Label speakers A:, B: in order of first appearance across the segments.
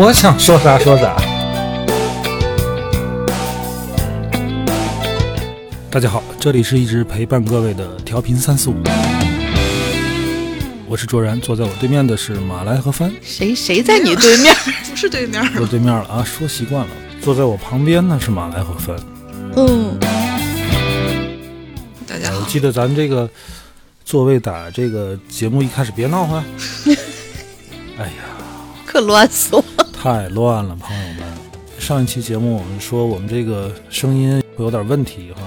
A: 我想说啥说啥。大家好，这里是一直陪伴各位的调频三四五，我是卓然，坐在我对面的是马来和帆，
B: 谁谁在你对面？
C: 不是对面儿，
A: 坐对面了啊，说习惯了。坐在我旁边呢是马来和帆，
B: 嗯，
C: 大家
A: 我
C: 好，
A: 记得咱这个座位打这个节目一开始别闹啊！哎呀，
B: 可乱死我。
A: 太乱了，朋友们。上一期节目我们说我们这个声音会有点问题哈，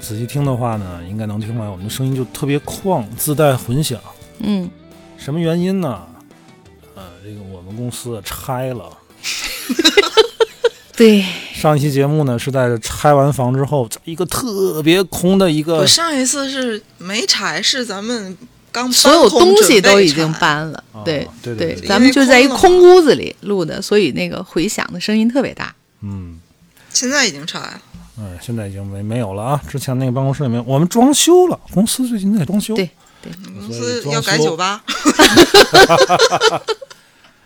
A: 仔细听的话呢，应该能听出来我们的声音就特别旷，自带混响。
B: 嗯，
A: 什么原因呢？呃，这个我们公司拆了。
B: 对，
A: 上一期节目呢是在拆完房之后，在一个特别空的一个
C: 我上一次是没柴，是咱们刚搬
B: 所有
C: 空
B: 东
C: 准备
B: 西都已
C: 柴
B: 经搬了
A: 啊。
B: 对
A: 对对
B: 对
A: 对，
B: 咱们就在一个空屋子里录的，所以那个回响的声音特别大。
A: 嗯。
C: 现在已经拆了。
A: 嗯，现在已经没没有了啊！之前那个办公室也没有，我们装修了，公司最近在装修。
B: 对，
C: 公
A: 所以
C: 司
A: 装
C: 要改
A: 修
C: 酒吧，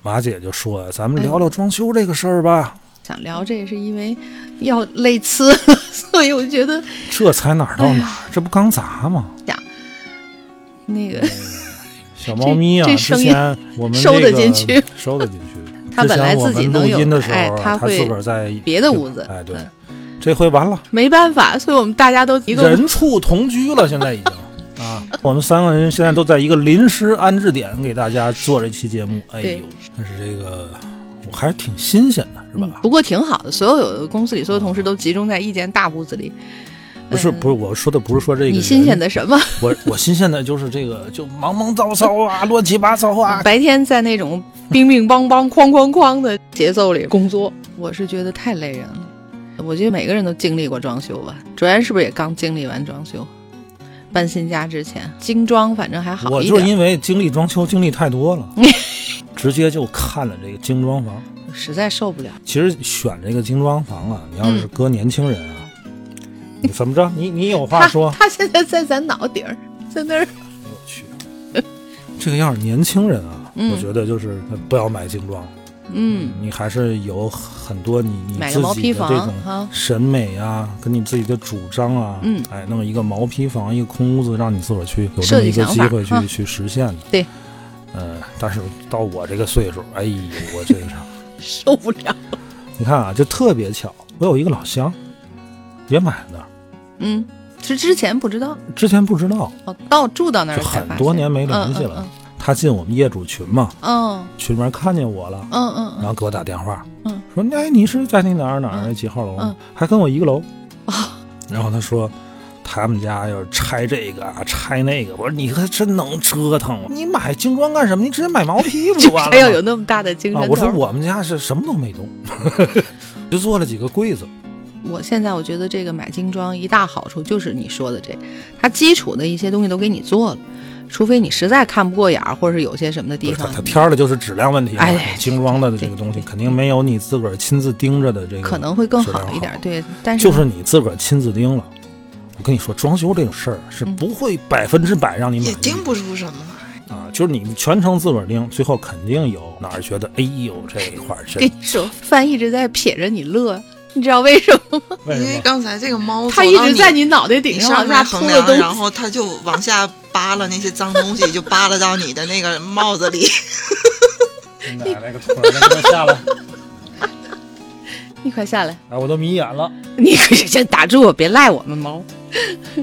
A: 马姐就说：“咱们聊聊装修这个事儿吧，
B: 想聊这个是因为要累呲了， 所以我觉得
A: 这才哪儿到哪
B: 哎
A: 儿，这不刚砸吗？
B: 那个
A: 小猫咪啊，
B: 这这
A: 之
B: 声音
A: 前我们、这个、
B: 收得进去，
A: 收得进去。
B: 它本来
A: 之前我
B: 自己
A: 们
B: 能有
A: 录音的时候，
B: 哎
A: 它
B: 它会
A: 自个儿在
B: 别的屋子
A: 哎，对
B: 嗯，
A: 这回完了，
B: 没办法，所以我们大家都一个
A: 人畜同居了，现在已经啊，我们三个人现在都在一个临时安置点给大家做这期节目。哎
B: 对
A: 呦，但是这个我还是挺新鲜的，是吧？
B: 不过挺好的，所有有的公司里所有同事都集中在一间大屋子里。嗯
A: 不是不是，我说的不是说这个
B: 你新鲜
A: 的，
B: 的什么？
A: 我我新鲜的就是这个，就忙忙糟糟啊，乱七八糟啊。
B: 白天在那种乒乒乓乓、哐哐哐的节奏里工作，我是觉得太累人了。我觉得每个人都经历过装修吧，卓然是不是也刚经历完装修？搬新家之前，精装反正还好
A: 我
B: 一
A: 就是
B: 点，
A: 因为经历装修经历太多 了，直接就看了这个精装房。
B: 实在受不了。
A: 其实选这个精装房啊，你要
B: 嗯
A: 是搁年轻人啊，你怎么着？你你有话
B: 他
A: 说？
B: 他现在在咱脑顶儿，在那儿
A: 我去，这个要是年轻人啊，
B: 嗯
A: 我觉得就是不要买精装，
B: 嗯，
A: 你还是有很多你你
B: 买
A: 自
B: 个毛
A: 己
B: 坯
A: 的这种
B: 房哈。
A: 审美啊，跟你自己的主张啊，
B: 嗯
A: 哎，弄一个毛坯房，一个空屋子，让你自个儿去有这
B: 设
A: 么一
B: 计
A: 个
B: 想
A: 机
B: 法
A: 会去、
B: 嗯
A: 去实现的。
B: 对，
A: 呃，但是到我这个岁数，哎呦，我这个，
B: 受不了。
A: 你看啊，就特别巧，我有一个老乡，也买了那儿，
B: 嗯，是之前不知道，
A: 之前不知道，
B: 哦，到住到那儿
A: 就
B: 才
A: 很
B: 发
A: 多
B: 现
A: 年没联系了。他进我们业主群嘛，
B: 嗯
A: 群里面看见我了
B: 嗯，嗯嗯
A: 然
B: 嗯
A: 后给我打电话，
B: 嗯
A: 说哎，你是在那哪儿哪儿那几号楼吗？
B: 嗯哦
A: 还跟我一个楼。然后他说，他们家要是拆这个啊，拆那个。我说你可真能折腾，啊你买精装干什么？你直接买毛坯不
B: 嗯，
A: 就
B: 还
A: 完
B: 要有
A: 了吗？
B: 那么大的精神
A: 啊
B: 头儿。，
A: 我说我们家是什么都没动，就做了几个柜子。
B: 我现在我觉得这个买精装一大好处就是你说的这，它基础的一些东西都给你做了，除非你实在看不过眼儿，或者是有些什么的
A: 不
B: 地
A: 是它
B: 方
A: 它，天儿的就是质量问题嘛
B: 哎，
A: 精装的这个东西肯定没有你自个儿亲自盯着的这个，
B: 可能会更好一点儿。对，但是
A: 就是你自个儿亲自盯了。我跟你说，装修这种事儿啊是
B: 嗯
A: 不会百分之百让你满
C: 也
A: 意的。
C: 盯不出什么 玩意儿。
A: 啊，就是你全程自个儿盯，最后肯定有哪儿觉得，哎呦这一块儿真
B: 跟你说，帆一直在瞥着你乐，你知道为什么吗？
A: 为
C: 因为
A: 什么？
C: 刚才这个猫
B: 它
C: 走
B: 一
C: 到
B: 直在你脑袋顶
C: 你
B: 上
C: 上
B: 往
C: 面
B: 下
C: 衡
B: 扑的
C: 量，
B: 东
C: 然
B: 西，
C: 后它就往下扒拉那些脏东西，就扒拉到你的那个帽子 里。
A: 奶奶个腿儿，能不能下 来？
B: 你快下来。
A: 哎，我都迷眼了。
B: 你可是先打住我，别赖我们猫。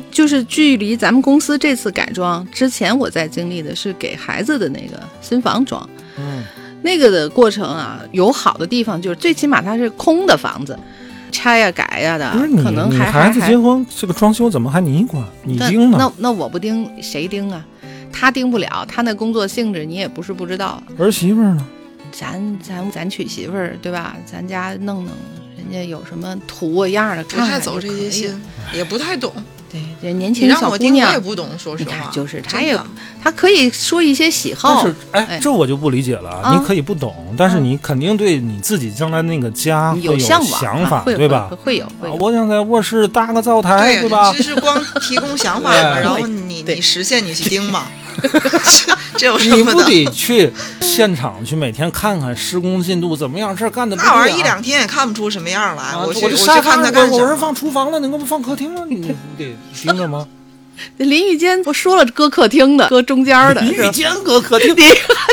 B: 就是距离咱们公司这次改装之前，我在经历的是给孩子的那个新房装。
A: 嗯，
B: 那个的过程啊，有好的地方，就是最起码它是空的房子，拆呀、改呀、的
A: 不是，你，
B: 啊可能
A: 你
B: 还
A: 孩
B: 还
A: 子
B: 还
A: 结婚，这个装修怎么还你管？你
B: 那
A: 盯呢？
B: 那那我不盯谁盯啊？他盯不了，他那工作性质你也不是不知道。
A: 儿媳妇儿呢？
B: 咱咱咱娶媳妇儿对吧？咱家弄弄，人家有什么图啊样儿的，
C: 不
B: 看
C: 太
B: 看
C: 走
B: 就
C: 这些
B: 可以了。
C: 心，也不太懂。
B: 对，这年
C: 你
B: 轻
C: 让
B: 小
C: 我
B: 姑
C: 听，我也
B: 娘，
C: 不懂，说
B: 你
C: 实话
B: 看。就是她
C: 真
B: 也
C: 的
B: 她可以说一些喜
A: 但
B: 好
A: 是，，哎
B: 哎，
A: 这我就不理解了啊。
B: 啊嗯
A: 你可以不懂，但是你肯定对你自己将来那个家会
B: 有向
A: 想
B: 往啊，
A: 法，
B: 会
A: 对
B: 会
A: 吧
B: 会？会有会
A: 啊
B: 有。
A: 我想在卧室搭个灶台，对哎吧哎
C: 你？这是光提供想法
A: 对
C: 嘛，然后你
B: 对
C: 你实现你去盯嘛，这 这有什
A: 你
C: 么
A: 不
C: 的？
A: 得去现场去每天看看施工进度怎么样？这干的不
C: 那玩
A: 对
C: 意儿
A: 啊
C: 一两天也看不出什么样来，
A: 啊
C: 我去
A: 我这
C: 去
A: 沙
C: 看
A: 发
C: 他干什
A: 我我是
C: 么？
A: 放厨房了，你给我放客厅了，你你得盯着 吗？
B: 淋浴间不说了，搁客厅的，搁中间 儿的，
A: 淋
B: 是
A: 浴
B: 吧
A: 间搁客 厅，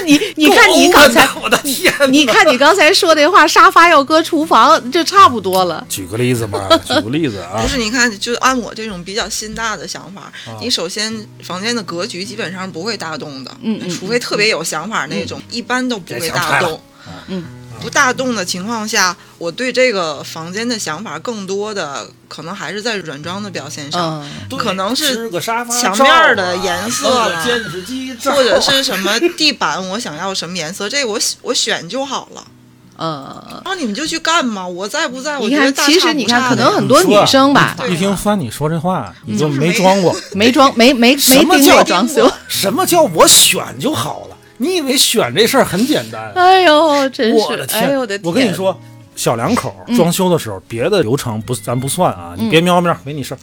B: 你你 你看你刚才
A: 够，欧文的我的天哪！
B: 你看你刚才说那话，沙发要搁厨房，这差不多了。
A: 举个例子嘛，举个例子啊
C: 不，是，你看，就按我这种比较心大的想法，你首先房间的格局基本上不会大动的，
B: 嗯嗯
C: 除非特别有想法那种，一般都不会大动。
B: 嗯，
C: 不大动的情况下，我对这个房间的想法更多的可能还是在软装的表现上，
B: 嗯，
A: 对
C: 可能是
A: 支个沙发
C: 墙
A: 罩
C: 面儿
A: 啊
C: 的颜色
A: 弄个
C: 啦
A: 监视机罩啊，
C: 或者是什么地板，我想要什么颜色，这我选我选就好了。
B: 呃，
C: 然后你们就去干嘛，我在不在？我
B: 嗯你
C: 觉得
B: 看，
C: 大
B: 其
C: 差
B: 实你
C: 不
B: 看，
C: 差
B: 可
C: 的
B: 能很多女生吧，
A: 一听翻你说这话，你就没装过。
B: 没装没没没
A: 什么
B: 盯
A: 叫
B: 过装修。
A: 什么叫我选就好了？你以为选这事儿很简 单？
B: 哎呦，真
A: 我
B: 是
A: 的，天！
B: 哎呦我的天！嗯
A: 跟你，说，小两口装修的时候，别的流程不咱不算啊，你别瞄面儿，没你事儿。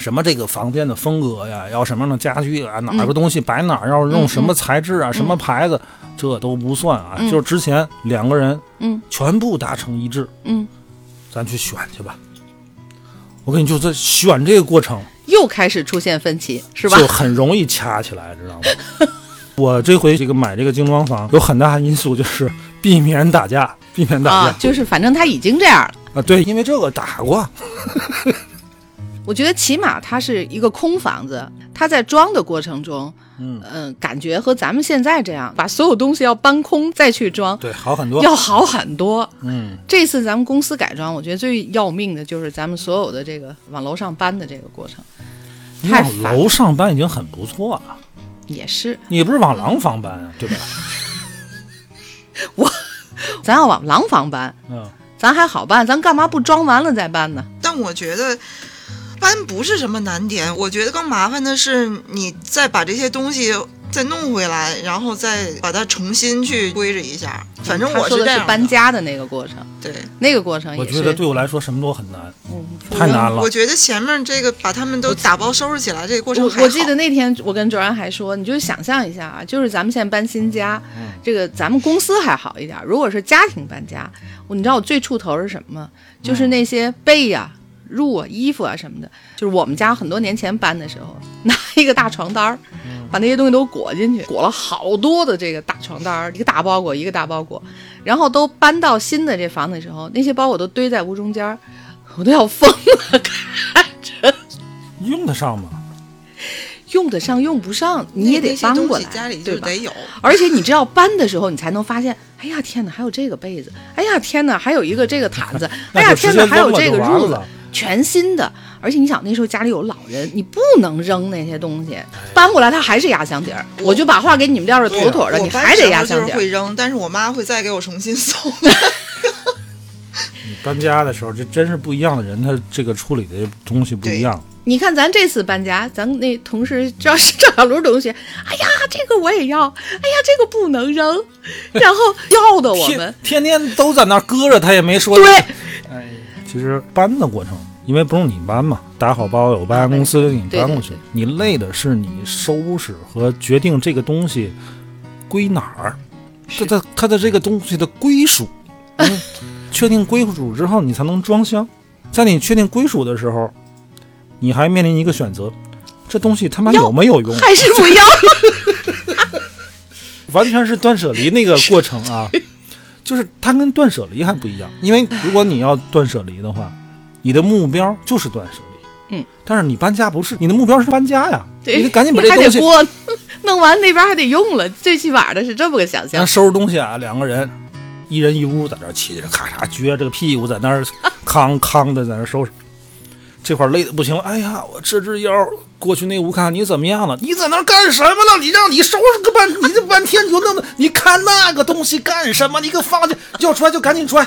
A: 什么这个房间的风格呀，要什么样的家具啊，哪
B: 嗯
A: 个东西摆哪儿，要用什么材质啊，什么牌子，这都不算啊。就是之前两个人，
B: 嗯，
A: 全部达成一致，
B: 嗯，
A: 咱去选去吧。我跟你就这选这个过程，
B: 又开始出现分歧，是吧
A: 就？很容易掐起来，知道吗？ 我这回这个买这个精装房有很大因素就是避免打架，避免打架
B: 啊，就是反正他已经这样了。
A: 啊对，因为这个打过，
B: 我觉得起码它是一个空房子，它在装的过程中，
A: 嗯
B: 呃感觉和咱们现在这样把所有东西要搬空再去装，
A: 对，好很多，
B: 要好很多。
A: 嗯，
B: 这次咱们公司改装，我觉得最要命的就是咱们所有的这个往楼上搬的这个过程，
A: 你
B: 太
A: 往
B: 烦了
A: 楼上搬已经很不错了，
B: 也是，
A: 你不是往廊房搬啊，对吧？
B: 咱要往廊房搬，
A: 嗯，
B: 咱还好办，咱干嘛不装完了再搬呢？
C: 但我觉得搬不是什么难点，我觉得更麻烦的是你再把这些东西再弄回来，然后再把它重新去归置一下。反正
B: 他
C: 我
B: 说
C: 这
B: 的
C: 样
B: 是
C: 的
B: 搬，家的那个过程，
C: 对，
B: 那个过程
A: 嗯我
B: 也
A: 觉得
B: 是，
A: 对我来说什么都很难，
B: 嗯，
A: 太难了
C: 我。觉得前面这个把它们都打包收拾起来这个过程
B: 我
C: 还好
B: 我记得那天我跟卓然还说，你就想象一下啊，就是咱们现在搬新家，
A: 嗯
B: 这个咱们公司还好一点，如果是家庭搬家，我你知道我最怵头是什么吗？
C: 嗯
B: 就是那些被呀、褥啊、衣服啊什么的，就是我们家很多年前搬的时候， 拿一个大床单儿，
C: 嗯
B: 把那些东西都裹进去，裹了好多的这个大床单儿，一个大包裹一个大包裹，然后都搬到新的这房子的时候，那些包裹都堆在屋中间儿，我都要疯了， 看着
A: 用得上吗？
B: 用得上用不上，
C: 那
B: 你也得
C: 那些
B: 搬
C: 东
B: 过
C: 西
B: 来，
C: 家里
B: 对
C: 就
B: 吧
C: 得？有。
B: 而且你知道搬的时候，你才能发现，哎呀天哪，还有这个被子，哎呀天哪，还有一个这个毯 子，哎
A: 那
B: 呀
A: 就直
B: 天
A: 接
B: 哪，还有
A: 扔了
B: 这
A: 就
B: 个
A: 完
B: 褥子
A: 了，
B: 全新的。而且你想，那时候家里有老人，你不能扔那些东西，搬过来它还是压箱底儿。我就把话给你们撂这妥妥的，
C: 我
B: 你
C: 搬
B: 还
C: 的
B: 得
C: 时
B: 压
C: 候就
B: 箱
C: 是
B: 底儿
C: 会。扔，但是我妈会再给我重新送。
A: 你搬家的时候，这真是不一样的人，他这个处理的东西不一样。
B: 你看咱这次搬家，咱们那同事赵赵小璐同学，哎呀，这个我也要，哎呀，这个不能扔，然后要的我们
A: 天天天都在那儿搁着，他也没说。
B: 对。哎
A: 其实搬的过程，因为不用你搬嘛，打好包有搬家公司给你搬过去。
B: 对对
A: 你累的是你收拾和决定这个东西归哪儿，它的它的这个东西的归属。嗯确定归属之后，你才能装箱。在你确定归属的时候，你还面临一个选择：这东西他妈
B: 要
A: 有没有用？
B: 还是不要。
A: 完全是断舍离那个过程 啊，就是它跟断舍离还不一样，因为如果你要断舍离的话，你的目标就是断舍离，
B: 嗯，
A: 但是你搬家不是，你的目标是搬家呀，
B: 对，
A: 你得赶紧把这
B: 还
A: 东
B: 得
A: 西，
B: 播，弄完那边还得用了，最起码的是这么个想
A: 咱
B: 象。
A: 收拾东西啊，两个人，一人一屋在这儿骑着咔嚓撅着个屁股在 那儿康康的在那儿收拾，这块儿累的不行了，哎呀，我这只腰过去那屋看你怎么样了？你在那儿干什么呢？你让你收拾个半，你这半天你就弄的，你看那个东西干什么？你给放去，要穿就赶紧穿。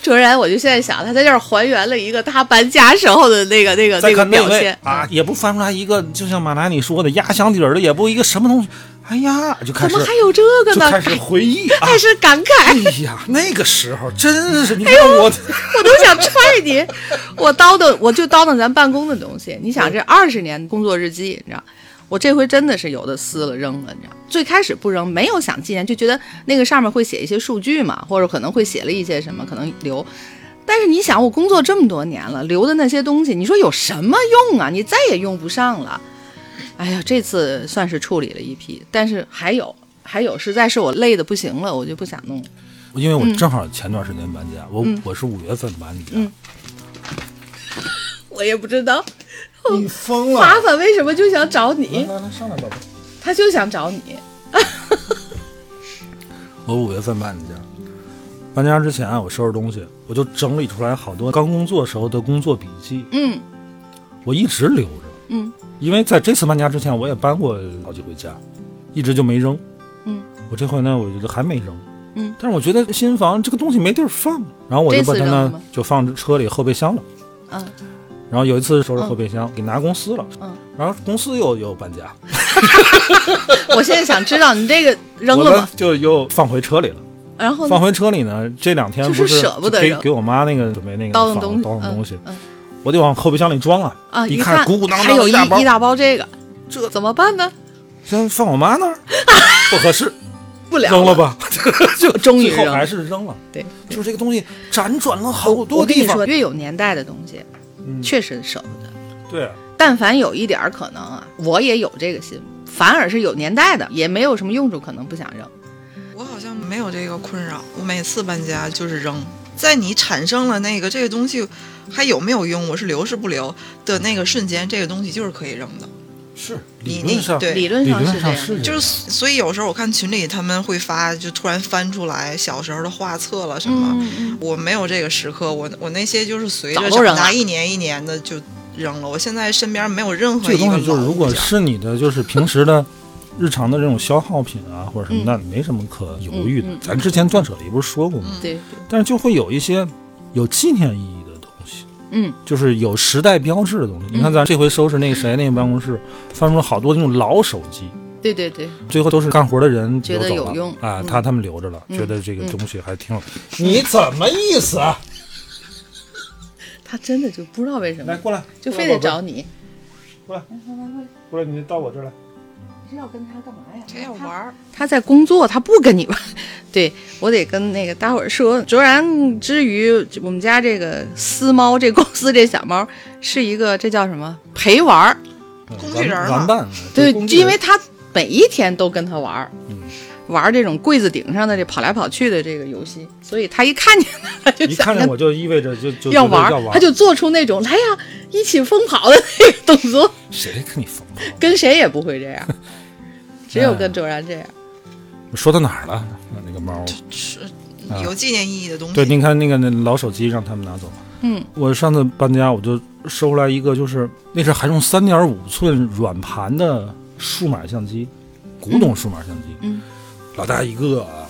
B: 卓然，我就现在想，他在这儿还原了一个他搬家时候的那个呃那个
A: 再
B: 个
A: 看那
B: 表
A: 位
B: 现嗯
A: 啊，，也不翻出来一个，就像马达你说的压箱底儿的，也不一个什么东西。哎呀，就开
B: 怎
A: 始
B: 么还有这个
A: 就
B: 呢？
A: 开始回忆啊
B: 还！是感
A: 哎
B: 慨，
A: 呀，那个时候真是，你
B: 哎
A: 看我，
B: 我都想踹你！我叨叨，我就叨叨咱办公的东西。你想，这二十年工作日记，你知道，我这回真的是有的撕了扔了，你知道。最开始不扔，没有想纪念，就觉得那个上面会写一些数据嘛，或者可能会写了一些什么，可能留。但是你想，我工作这么多年了，留的那些东西，你说有什么用啊？你再也用不上了。哎呀，这次算是处理了一批，但是还有还有，实在是我累的不行了，我就不想弄了。
A: 因为
B: 嗯
A: 我正好前段时间搬家，我我是五月份搬的家，
B: 我也不知道。嗯
A: 你疯
B: 麻烦为什么就想找你？
A: 来来，上来，宝贝。
B: 他就想找你。
A: 我五月份搬的家，搬家之前啊，我收拾东西，我就整理出来好多刚工作时候的工作笔记，
B: 嗯
A: 我一直留着。
B: 嗯，
A: 因为在这次搬家之前，我也搬过好几回家，一直就没扔。
B: 嗯，
A: 我这回呢，我觉得还没扔。
B: 嗯，
A: 但是我觉得新房这个东西没地儿放，然后我就把
B: 这次
A: 它
B: 扔了吗
A: 呢就放车里后备箱了。
B: 嗯，
A: 然后有一次收拾后备箱，给拿公司了。
B: 嗯，
A: 然后公司又又搬家，
B: 我现在想知道你这个扔
A: 我呢
B: 了吗？
A: 就又放回车里了。
B: 然后呢
A: 放回车里呢，这两天
B: 就是
A: 不是
B: 舍不得
A: 给
B: 扔
A: 给我妈那个准备那个
B: 倒腾
A: 放
B: 东西，
A: 倒腾东西，
B: 嗯嗯
A: 我得往后备箱里装啊！
B: 啊，
A: 一
B: 一看
A: 鼓鼓囊
B: 还有
A: 囊
B: 一
A: 大包，
B: 大包这个，
A: 这
B: 怎么办呢？
A: 先放我妈那 儿，不合适，
B: 不聊
A: 扔了吧？就
B: 终 于
A: 最
B: 扔
A: 后还是扔了。
B: 对，
A: 就是这个东西辗转了好
B: 我
A: 多
B: 跟你
A: 地
B: 说，
A: 方，
B: 越有年代的东西，
A: 嗯
B: 确实舍不得。
A: 对，
B: 但凡有一点儿可能啊，我也有这个心，反而是有年代的，也没有什么用处，可能不想扔。
C: 我好像没有这个困扰，我每次搬家就是扔。在你产生了那个这个东西还有没有用，我是留是不留的那个瞬间，这个东西就是可以扔
A: 嗯
C: 的。
A: 是
C: 你
A: 理论上
C: 你对
B: 理论
A: 理
B: 上
A: 论
B: 是这
A: 上
B: 样，
A: 是
C: 就是
A: 这样
C: 所以有时候我看群里他们会发，就突然翻出来小时候的画册了什么。
B: 嗯嗯
C: 我没有这个时刻，我我那些就是随着
B: 早都扔
C: 长
B: 了
C: 大一年一年的就扔了。我现在身边没有任何
A: 这
C: 一
A: 个东西就是，
C: 老
A: 如果
C: 物件
A: 是你的就是平时的日常的这种消耗品啊或者什么的，没什么可犹豫的
B: 嗯嗯嗯。
A: 咱之前断舍离不是说过吗？
B: 嗯，对，对
A: 但是就会有一些有纪念意义的东西。
B: 嗯
A: 就是有时代标志的东西。你看，咱这回收拾那个谁那个办公室，翻出了好多那种老手机，
B: 对对对，
A: 最后都是干活的人
B: 觉得
A: 留走了
B: 有用
A: 啊，
B: 嗯
A: 他他们留着了，
B: 嗯
A: 觉得这个东西还挺有。嗯你怎么意思？啊？
B: 他真的就不知道为什么，
A: 过来，
B: 就非得找你。
A: 过来，你到我这来。
B: 这要跟他干嘛呀？
C: 谁
A: 嗯
C: 要玩儿，
B: 他在工作，他不跟你玩。 对我得跟那个大伙儿说，卓然之于我们家这个私猫，这公司这小猫是一个这叫什么陪玩儿？
C: 工具人儿嘛
A: 玩伴，
B: 对，
A: 工具
B: 因
A: 人
B: 为他每一天都跟他玩儿，
A: 嗯
B: 玩儿这种柜子顶上的这跑来跑去的这个游戏，所以他一看见他就
A: 一
B: 想
A: 看
B: 着
A: 见我就意味着就就
B: 要
A: 觉得
B: 玩
A: 要
B: 儿，
A: 玩，
B: 他就做出那种来哎呀一起疯跑的那个动作，
A: 谁跟你疯了？
B: 跟谁也不会这 样，只
A: 哎
B: 有跟卓然这样。
A: 说到哪儿了？那个猫，
C: 是有纪念意义的东西。
A: 啊对，你看那个那老手机让他们拿走。
B: 嗯，
A: 我上次搬家，我就收来一个，就是那是还用三点五寸软盘的数码相机，古董数码相机，
B: 嗯，
A: 老大一个啊，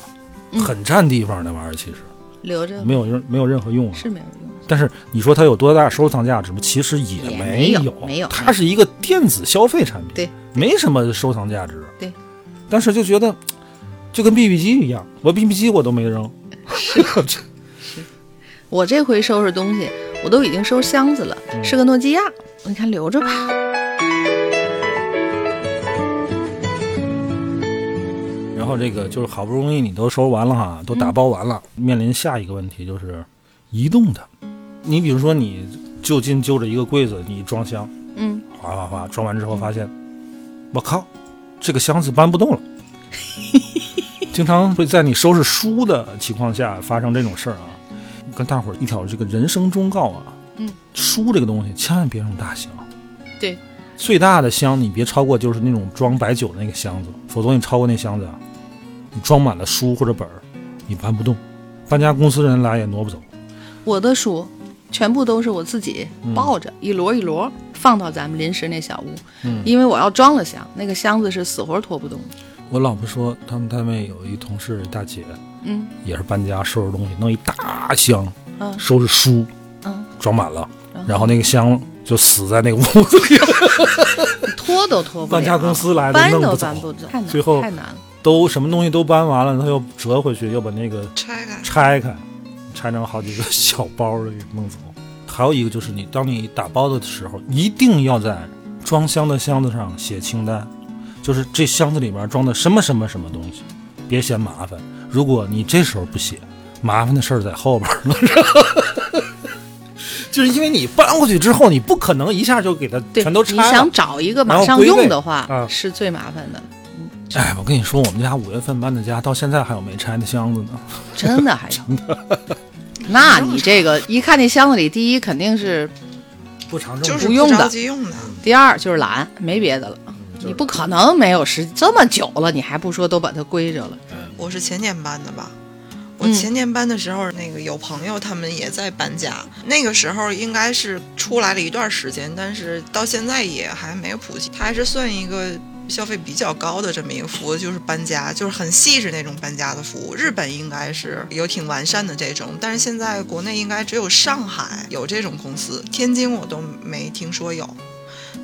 A: 很占地方那玩意儿，其实
B: 留着
A: 没有任没有任何用啊。
B: 嗯是没有用，
A: 但是你说它有多大收藏价值吗？其实
B: 也
A: 也
B: 没有
A: 有，
B: 没有
A: 它是一个电子消费产品，
B: 对，
A: 没什么收藏价值，
B: 对。
A: 但是就觉得就跟 BB 机一样，我 BB 机我都没 扔，
B: 我这回收拾东西，我都已经收箱子了，
A: 嗯
B: 是个诺基亚，你看留着吧。
A: 然后这个就是好不容易你都收完了哈，都打包完了，面临下一个问题就是移动它。你比如说你就近就着一个柜子，你装箱，
B: 嗯，
A: 哗哗哗装完之后发现，我靠，这个箱子搬不动了。经常会在你收拾书的情况下发生这种事儿啊。跟大伙儿一条这个人生忠告啊，
B: 嗯，
A: 书这个东西千万别用大箱。
B: 对，
A: 最大的箱你别超过就是那种装白酒的那个箱子，否则你超过那箱子啊，你装满了书或者本儿，你搬不动，搬家公司人来也挪不走。
B: 我的书，全部都是我自己抱着、一摞一摞放到咱们临时那小屋，
A: 嗯
B: 因为我要装了箱，那个箱子是死活拖不动的。
A: 我老婆说，他们单位有一同事大姐
B: 嗯
A: 也是搬家收拾东西，弄一大箱
B: 嗯
A: 收拾书
B: 嗯，
A: 装满了，
B: 然
A: 然后那个箱就死在那个屋子里，
B: 拖都拖不了，
A: 搬家公司来
B: 搬
A: 弄
B: 都
A: 不
B: 搬
A: 走，
B: 不走，太难，
A: 最后
B: 太难了。
A: 都什么东西都搬完了，他又折回去，又把那个
C: 拆开。
A: 拆开，拆成好几个小包的给弄走。还有一个就是你，当你打包的时候，一定要在装箱的箱子上写清单，就是这箱子里面装的什么什么什么东西，别嫌麻烦。如果你这时候不写，麻烦的事儿在后边儿呢。 就是因为你搬过去之后，你不可能一下就给它
B: 对，
A: 全都拆
B: 你
A: 了。
B: 想找一个马
A: 然
B: 上
A: 后归位
B: 用的话，
A: 啊
B: 是最麻烦 的，
A: 哎，我跟你说，我们家五月份搬的家，到现在还有没拆的箱子呢。
B: 真的还有。那你这个一看那箱子里，第一肯定是，
A: 不常正
C: 就是
B: 不用的
C: 着急用的，
B: 第二就是懒，没别的了。
C: 嗯
A: 就是
B: 你不可能没有时这么久了，你还不说都把它归着了？
C: 我是前年搬的吧。我
B: 嗯，
C: 前年搬的时候，那个有朋友他们也在搬家，那个时候应该是出来了一段时间，但是到现在也还没有普及，它还是算一个消费比较高的这么一个服务，就是搬家，就是很细致那种搬家的服务。日本应该是有挺完善的这种，但是现在国内应该只有上海有这种公司，天津我都没听说有。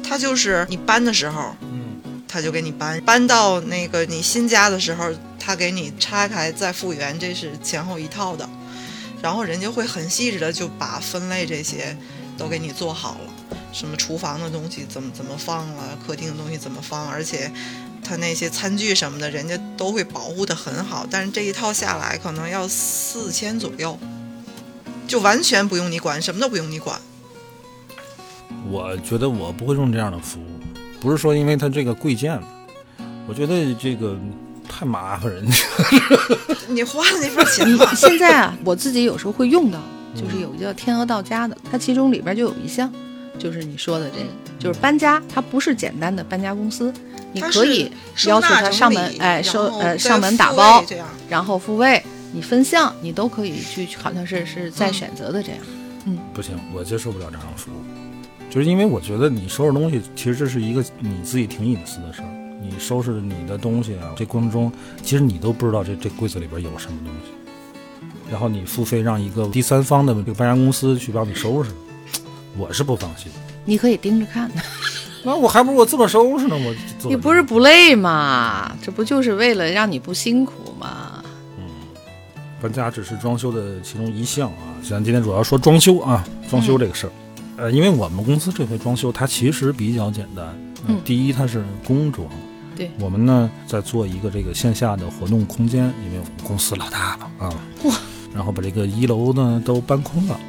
C: 它就是你搬的时候，
A: 嗯，
C: 他就给你搬搬到那个你新家的时候，他给你拆开再复原，这是前后一套的。然后人家会很细致的就把分类这些都给你做好了，什么厨房的东西怎么怎么放了，客厅的东西怎么放，而且他那些餐具什么的，人家都会保护的很好。但是这一套下来可能要四千左右，就完全不用你管，什么都不用你管。
A: 我觉得我不会用这样的服务，不是说因为它这个贵贱，我觉得这个太麻烦人家。
C: 你花了那份 钱吧
B: 现在啊，我自己有时候会用到，就是
C: 嗯
B: 有一个叫天鹅到家的，它其中里边就有一项，就是你说的这个，就是搬家，它不是简单的搬家公司，你
C: 嗯它
B: 可
C: 是
B: 以
C: 收
B: 要求
C: 纳
B: 他
C: 整
B: 上
C: 理
B: 门，哎，
C: 然
B: 收
C: 后
B: 呃
C: 再
B: 上门打
C: 复
B: 包
C: 位，这样。
B: 然后付费，你分项你都可以去，好像是是再选择的这样。
C: 嗯
A: 不行，我接受不了这样的服务，就是因为我觉得你收拾东西，其实这是一个你自己挺隐私的事儿。你收拾你的东西啊，这过程中，其实你都不知道这这柜子里边有什么东西，然后你付费让一个第三方的这个搬家公司去帮你收拾，我是不放心。
B: 你可以盯着看，
A: 那我还不如我自个儿收拾呢，我自个儿
B: 你不是不累吗？这不就是为了让你不辛苦吗？
A: 搬家只是装修的其中一项啊。咱今天主要说装修啊，装修这个事儿。
B: 嗯
A: 呃，因为我们公司这回装修，它其实比较简单。呃
B: 嗯
A: 第一它是工装，
B: 对
A: 我们呢在做一个这个线下的活动空间，因为我们公司老大了啊。
B: 哇！
A: 然后把这个一楼呢都搬空了，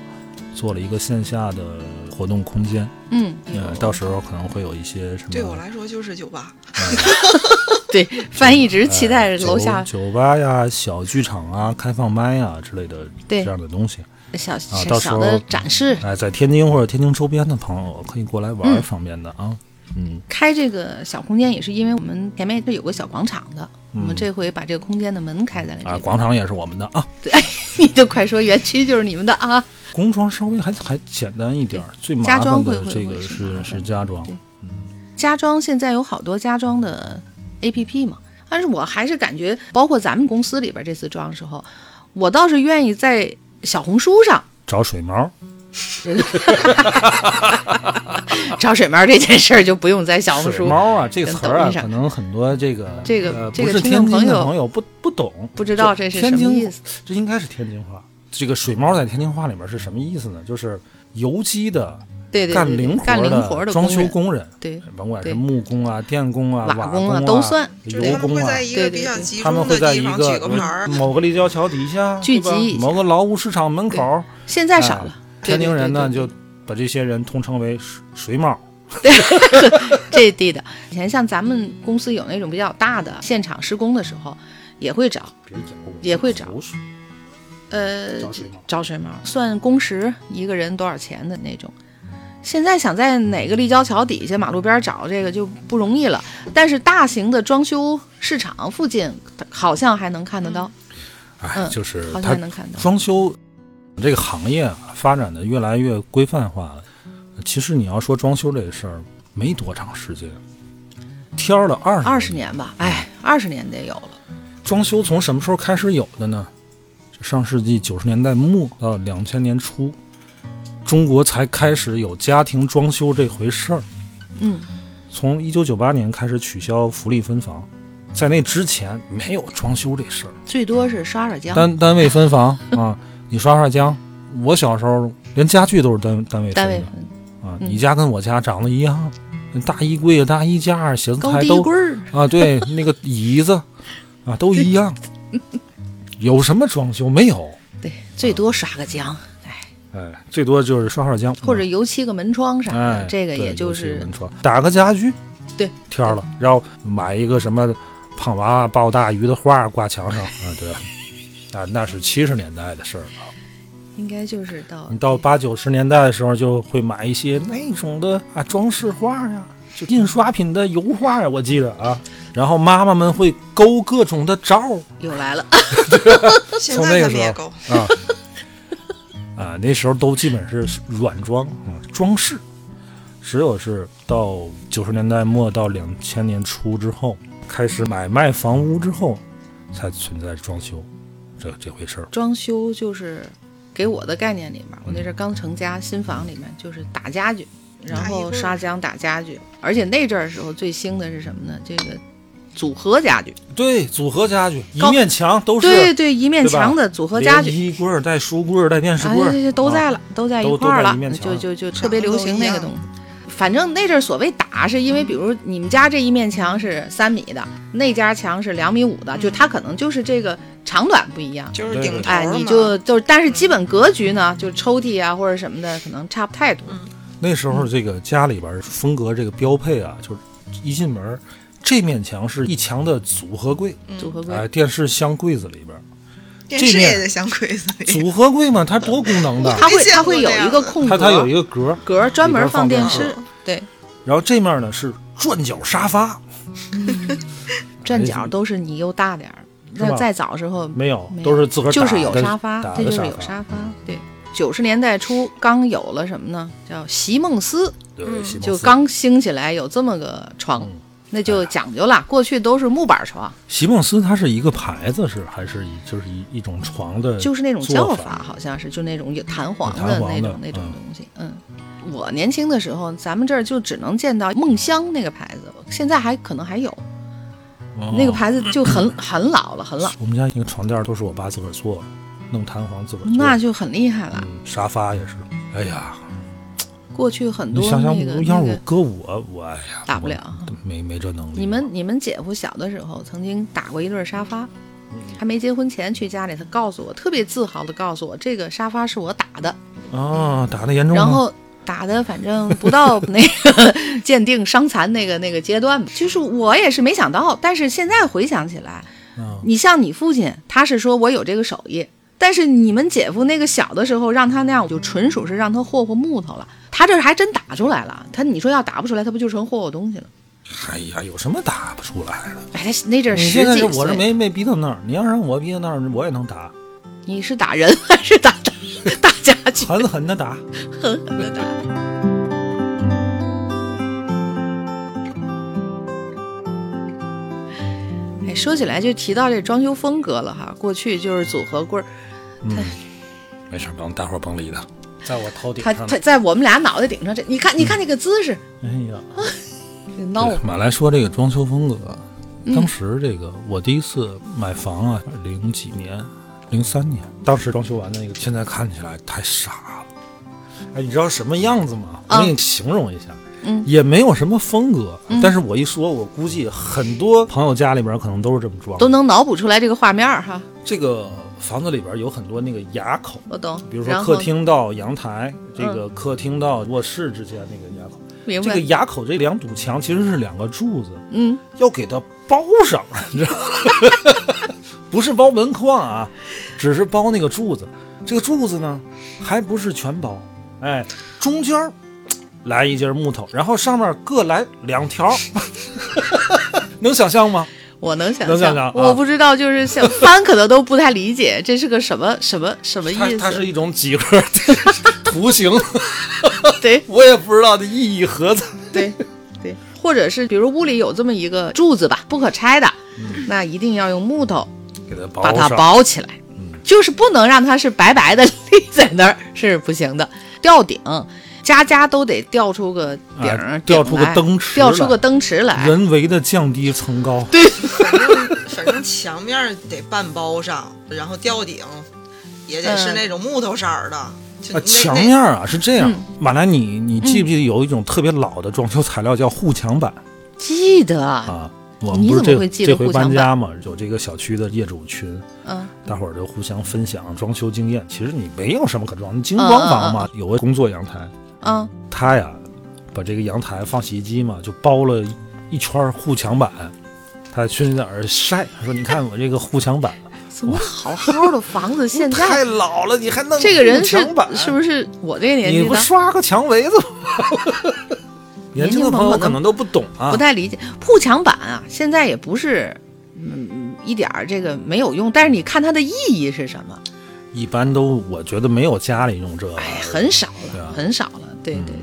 A: 做了一个线下的活动空间。
B: 嗯，
A: 呃，到时候可能会有一些什么。
C: 对我来说就是酒吧，
B: 对，范一直期待着楼
A: 哎
B: 下
A: 酒酒吧呀、小剧场啊、开放麦呀之类的
B: 对
A: 这样的东西。
B: 小
A: 啊到时
B: 小
A: 候
B: 小的展示，
A: 哎，在天津或者天津周边的朋友可以过来玩儿方便的啊。嗯，
B: 开这个小空间也是因为我们前面是有个小广场的，
A: 嗯
B: 我们这回把这个空间的门开在了这
A: 啊，
B: 边。
A: 广场也是我们的啊。
B: 你就快说园区就是你们的啊！
A: 工装稍微还还简单一点儿，最麻
B: 家
A: 烦
B: 装会
A: 的
B: 会
A: 这
B: 会
A: 个
B: 是麻
A: 是
B: 烦
A: 是家装
B: 对。家装现在有好多家装的 APP 嘛，但是我还是感觉，包括咱们公司里边这次装的时候，我倒是愿意在小红书上
A: 找水毛，
B: 找水猫这件事儿，就不用在小
A: 啊
B: 红
A: 水
B: 书。
A: 猫啊，这
B: 跟
A: 词儿
B: 抖
A: 啊，
B: 音上
A: 可能很多这个
B: 这个
A: 呃
B: 这
A: 不
B: 个
A: 是
B: 听
A: 天
B: 众
A: 津
B: 朋
A: 的
B: 友
A: 朋友不不懂，
B: 不知道这是
A: 天
B: 什么
A: 津
B: 意思。
A: 这应该是天津话。这个水猫在天津话里面是什么意思呢？就是油机的
B: 对对对，
A: 干
B: 对
A: 零
B: 干零
A: 活
B: 活的
A: 装修
B: 人
A: 工人，
B: 对
A: 甭管是
B: 对
A: 木工啊、电工啊、
B: 瓦
A: 瓦
B: 工啊
A: 啊
B: 都算
C: 就
A: 油
C: 是他们
A: 工
C: 会
A: 啊
C: 在，一个
B: 对对
C: 比较
B: 对
C: 集
A: 他们
C: 中
A: 会
C: 的
A: 在
C: 地
A: 一
C: 方举个
A: 个
C: 牌儿，
A: 某个立交桥底 下
B: 聚集
A: 对吧
B: 一下
A: 某个劳务市场门口。
B: 现在少了
A: 哎。天津人呢，
B: 对对
A: 就把这些人统称为水水帽。
B: 这地的。以前像咱们公司有那种比较大的现场施工的时候，也会找
A: 别咬我
B: 也会找
A: 口水
B: 呃
A: 找水帽。
B: 招水猫，算工时一个人多少钱的那种。现在想在哪个立交桥底下、马路边找这个就不容易了，但是大型的装修市场附近好像还能看得到，
A: 哎，
B: 嗯
A: 就是
B: 好像
A: 他
B: 还能看到。
A: 装修这个行业啊发展的越来越规范化了。其实你要说装修这事儿，没多长时间，挑了二
B: 二十年
A: 嗯
B: 吧，哎，二十年得有了。
A: 装修从什么时候开始有的呢？上世纪九十年代末到两千年初，中国才开始有家庭装修这回事儿。
B: 嗯，
A: 从一九九八年开始取消福利分房，在那之前没有装修这事儿。
B: 最多是刷刷浆，
A: 单单位分房啊，你刷刷浆。我小时候连家具都是单单位分
B: 单位
A: 的
B: 分
A: 啊，
B: 嗯
A: 你家跟我家长得一样，大衣柜啊、大衣架啊、写字
B: 高
A: 台
B: 低
A: 都
B: 棍儿，
A: 啊，对，那个椅子啊都一样。有什么装修没有？
B: 对，最多刷个浆，哎，
A: 哎，最多就是刷刷浆啊
B: 或者油漆个门窗啥
A: 嗯哎
B: 的，，这个
A: 对
B: 也就
A: 尤其
B: 是
A: 门窗打个家具，
B: 对，
A: 天儿了，然后买一个什么胖娃娃抱大鱼的画挂墙上啊，对，啊，那是七十年代的事儿了。
B: 应该就是到
A: 你到八九十年代的时候，就会买一些那种的啊装饰画呀、就印刷品的油画呀、我记得啊。然后妈妈们会勾各种的照儿
B: 又来了，
C: 现
A: 从
C: 在
A: 那
C: 他
A: 个
C: 们也
A: 时
C: 够
A: 候，啊啊，那时候都基本是软装啊装饰，只有是到九十年代末到两千年初之后，开始买卖房屋之后，才存在装修这这回事儿。
B: 装修就是给我的概念里面，我那阵
A: 嗯
B: 儿刚成家，新房里面就是打家具，然后刷浆打家具，而且那阵儿时候最兴的是什么呢？这个组合家具，
A: 对，组合家具，一
B: 高
A: 面墙都是
B: 对对，一面
A: 对吧
B: 墙的组合家具。
A: 连衣柜儿带书柜儿带电视
B: 哎
A: 柜，儿，
B: 这都在了，都在一
A: 啊都
B: 块儿
A: 都在
B: 了
A: 一面，墙
B: 就
A: 上
B: 就就
C: 长
B: 特别
C: 得
B: 流
C: 都
B: 行
C: 一
B: 那个
C: 样
B: 东西。反正那阵儿所谓打，是因为比如你们家这一面墙是三米的，那家墙是两米五的，就它可能就是这个长短不一样。
C: 嗯就是
A: 对
C: 顶
A: 对
C: 头
B: 哎，
C: 儿
B: 你
C: 嘛
B: 就就是，但是基本格局呢，就抽屉啊或者什么的，可能差不太多。
A: 那时候这个家里边儿风格这个标配啊，就是一进门儿，这面墙是一墙的组合柜，
B: 嗯
C: 嗯
B: 组合柜
A: 哎，电视箱柜子里边儿，
C: 电视
A: 这面
C: 也得镶柜子 里，
A: 组合柜嘛，它多功能的，
B: 它会
C: 没见
B: 它
C: 过
B: 会有
C: 这样
B: 一个
C: 的
B: 空格，
A: 它它有一个格儿，
B: 格儿专门放电
A: 里边
B: 视
C: 嗯
A: 儿，
B: 对，
A: 然后这面呢是转角沙发，
B: 转角都是你又大点儿。
A: 是
B: 那
A: 吧
B: 再早时候
A: 没有
B: 没，有
A: 都是自个儿
B: 就是
A: 打
B: 有
A: 的
B: 沙发，
A: 打
B: 这
A: 的
B: 就是有沙发。
A: 嗯
B: 对，九十年代初刚有了什么呢？叫席梦思，
A: 对，席梦
B: 嗯就
A: 思嗯
B: 刚兴起来有这么个床，那
A: 哎
B: 就讲究了。过去都是木板床，
A: 席梦思，它是一个牌子是还是一就是一一种床的，
B: 就是那种叫
A: 嗯做
B: 法，好像是就那种有弹簧
A: 弹
B: 那
A: 簧的
B: 种那种
A: 嗯
B: 东西。嗯，我年轻的时候，咱们这儿就只能见到梦香那个牌子，现在还可能还有、
A: 哦
B: 那个牌子 就很很老了，很老，
A: 我们家那个床垫儿都是我爸自个儿做的，弄弹簧自个儿做的。
B: 那就很厉害了。
A: 嗯，沙发也是。哎呀，
B: 过去很
A: 你
B: 多
A: 想想，
B: 那个
A: 要
B: 那
A: 是我
B: 个
A: 搁我，我哎呀，
B: 打不了
A: 我都没没这能力。
B: 你们你们姐夫小的时候曾经打过一对沙发，
A: 嗯
B: 还没结婚前去家里，他告诉我特别自豪的告诉我，这个沙发是我打的，
A: 啊，打的严重吗？
B: 然后打的反正不到那个 鉴定伤残那个那个阶段吧，就是我也是没想到，但是现在回想起来，
A: 嗯
B: 你像你父亲，他是说我有这个手艺，但是你们姐夫那个小的时候让他那样，我就纯属是让他霍霍木头了。他这还真打出来了，他你说要打不出来，他不就成霍霍东西了？
A: 哎呀，有什么打不出来的？
B: 哎，他那阵儿
A: 你
B: 十
A: 现在
B: 几
A: 是
B: 岁，
A: 我是没没逼到那儿，你要让我逼到那儿，我也能打，
B: 你是打人还是打打打家具？
A: 狠狠的打。
B: 狠狠的打。哎，说起来就提到这装修风格了哈，过去就是组合柜儿，
A: 没事，甭大伙甭理他，在我头顶
B: 他
A: 上呢。
B: 他在我们俩脑袋顶上这，你看你看这个姿势，
A: 哎呀，
B: 闹、
A: 对马来说这个装修风格，
B: 嗯
A: 当时这个我第一次买房啊，零几年，零三年，当时装修完的那个，现在看起来太傻了。哎，你知道什么样子吗？我
B: 啊
A: 给你形容一下，
B: 嗯
A: 也没有什么风格，但是我一说，我估计很多朋友家里边可能都是这么装的。
B: 都能脑补出来这个画面儿哈，
A: 这个房子里边有很多那个牙口，
B: 我懂。
A: 比如
B: 呃然
A: 说
B: 后嗯
A: 客，厅到阳台，这个客厅到卧室之间那个牙口。
B: 明
A: 这
B: 白
A: 个，牙口这两堵墙其实是两个柱子，
B: 嗯，
A: 要给它包上，你知道吗？ 不是包门框啊，只是包那个柱子。这个柱子呢，还不是全包，哎，中间儿来 一截木头，然后上面各来两条，能想象吗？
B: 我能想
A: 能想
B: 象，
A: 象啊
B: 我不知道，就 是像翻可能都不太理解，这是个什么什么什么
A: 它
B: 意
A: 它是
B: 思？
A: 一种几何 图形，
B: 对
A: 我也不知道它意义何在。
B: 对对，或者是比如屋里有这么一个柱子吧，不可拆的，
A: 嗯
B: 那一定要用木头
A: 给它
B: 把
A: 包
B: 它
A: 上，嗯
B: 包起来，就是不能让它是白白的 立在那儿是不行的。吊顶，家家都得吊出个顶儿，
A: 啊
B: 顶
A: 吊出个
B: 来
A: 灯池
B: 吊出
A: 来
B: 个灯池来，
A: 人为的降低层高。
C: 反正反正墙面儿得半包上，然后吊顶也得是
B: 嗯
C: 那种木头色儿的，就
A: 啊，
C: 那
A: 墙
C: 那
A: 面儿啊是这样，马兰你你记不记
B: 嗯
A: 得有一种特别老的装修材料叫护墙板
B: 记得，
A: 啊？我们
B: 你
A: 不是
B: 怎么会
A: 这
B: 记得
A: 这回
B: 护墙
A: 搬
B: 板
A: 家嘛，有这个小区的业主群，
B: 嗯
A: 大伙儿就互相分享装修经验。其实你没有什么可装，你精装房嘛，有个工作阳台，
B: 嗯，
A: 他呀把这个阳台放洗衣机嘛，就包了一圈儿护墙板，他去那儿晒，他说你看我这个护墙板
B: 怎么好好的 房子现在
A: 太老了，你还弄
B: 这个人
A: 护
B: 是
A: 墙板啊
B: 是不是我这个年
A: 你
B: 纪
A: 不
B: 的
A: 刷个墙围子吗？ 年轻的朋友
B: 年轻朋友可
A: 可
B: 能
A: 能都不懂啊，
B: 不太理解？铺墙板啊，现在也不是嗯一点儿这个没有用，但是你看它的意义是什么？
A: 一般都我觉得没有家里用这玩意
B: 哎，
A: 儿，
B: 很少
A: 对
B: 了
A: 啊，
B: 很少了。对对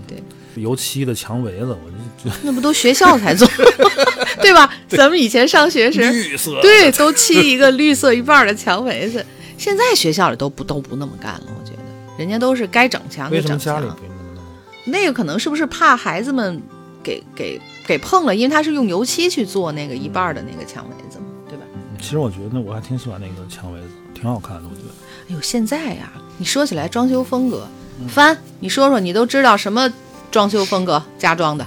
B: 对，
A: 油漆的墙围子，我 就
B: 那不都学校才做， 对吧？咱们以前上学
A: 就
B: 时，
A: 绿色的
B: 对，都漆一个绿色一半儿的墙围子。现在学校里都不都不那么干了，我觉得人家都是该整墙
A: 为
B: 就
A: 什么
B: 整
A: 家里
B: 墙。
A: 不用那么弄？
B: 那个可能是不是怕孩子们给给给碰了？因为他是用油漆去做那个一半儿的那个墙围子嘛，对吧？
A: 其实我觉得我还挺喜欢那个墙围子，挺好看的，我觉得。
B: 哎呦，现在呀、你说起来装修风格，
A: 嗯
B: 翻你说说，你都知道什么装修风格？家装的，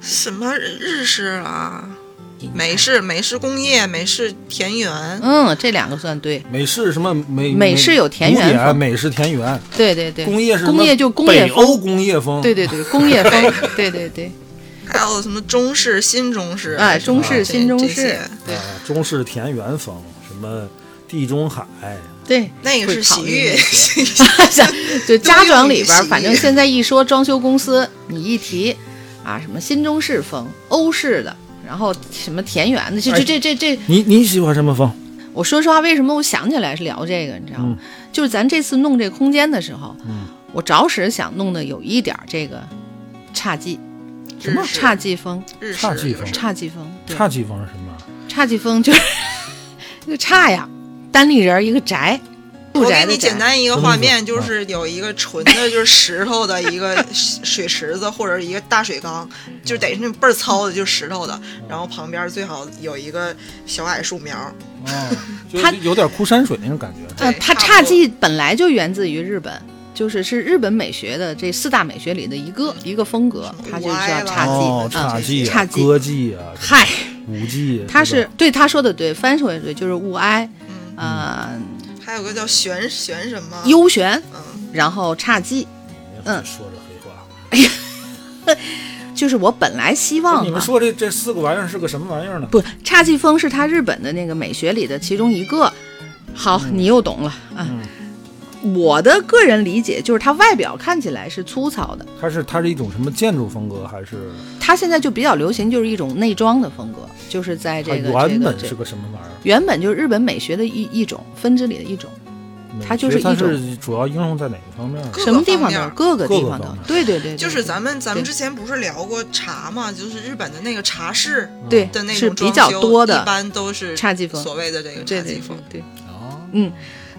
C: 什么日式啊，美式美式工业、美式田园，
B: 嗯，这两个算对，
A: 美式什么美
B: 美式有田园
A: 古典啊
B: 风
A: 美式田园，
B: 对对对，
A: 工业是什么
B: 工业就工业
A: 北欧
B: 风，
A: 工业风，
B: 对对对，工业风，对对对，
C: 还有什么中式、新中式，
B: 哎，中
C: 这
B: 式、新中
C: 这
B: 式
C: 些，
B: 对
A: 啊，中式田园风，什么地中海，
B: 对，
C: 那个是洗浴，
B: 就家装里边儿，反正现在一说装修公司，你一提啊，什么新中式风、欧式的，然后什么田园的，这
C: 哎
B: 这这这这，
A: 你你喜欢什么风？
B: 我说实话，为什么我想起来是聊这个，你知道
C: 嗯
B: 吗？就是咱这次弄这空间的时候，我着实想弄的有一点儿这个侘寂，
C: 什么
B: 侘寂风，
C: 日式
A: 侘寂风
B: 侘寂风，对
A: 侘寂风是什么？
B: 侘寂风就是那 个侘呀，单立人儿一个宅，住
C: 我
B: 宅
C: 给
B: 的
C: 你
B: 宅
C: 简。单一个画面，
A: 真的
C: 就是是有一个纯的，就是石头的一个 水水池子或者一个大水缸，就得是那种倍儿糙的，就是石头的。然后旁边最好有一个小矮树苗，
A: 啊，
B: 哦
A: 就
B: 它
A: 是有点枯山水那种感觉。
B: 呃，
C: 对
B: 它
C: 差
B: 侘
C: 不多
B: 寂本来就源自于日本，就是是日本美学的这四大美学里的一
C: 嗯
B: 个一个风格，它就叫侘寂。
A: 哦，
B: 嗯
A: 侘寂、啊，
B: 侘寂
A: 歌妓啊，
B: 嗨，
A: 舞啊伎，
B: 他
A: 对
B: 是
A: 吧
B: 对他说的对，翻说也对，就是物哀，
C: 嗯，
B: 呃，
C: 还有个叫玄玄什么，
B: 幽玄，
C: 嗯，
B: 然后侘寂，嗯
A: 说着黑话。
B: 就是我本来希望、啊、
A: 你们说这这四个玩意儿是个什么玩意儿呢？
B: 不，侘寂风是他日本的那个美学里的其中一个。好，
A: 嗯
B: 你又懂了啊。我的个人理解就是，它外表看起来是粗糙的，
A: 它是它是一种什么建筑风格，还是
B: 它现在就比较流行，就是一种内装的风格，就是在
A: 它
B: 这个
A: 原
B: 这
A: 本
B: 个
A: 是
B: 这
A: 个什么玩意儿？
B: 原本就是日本美学的一一种分支里的一种，它就是一
A: 它
B: 种
A: 是主要应用在哪个方面呢？
C: 各
B: 什么地方
C: 方面
B: 都
C: 儿
B: 各个
A: 各
B: 地
A: 个
B: 方都
A: 方面儿
B: 对对对，对
C: 就是咱们咱们
B: 对
C: 之前不是聊过茶嘛，就是日本的那个茶室
B: 对
C: 的那
B: 是
C: 种
B: 比
C: 装修，
B: 较多的
C: 一般都是
B: 侘寂风
C: 所谓的这个
B: 对
C: 侘
B: 对
C: 寂风，
B: 对，
A: 哦，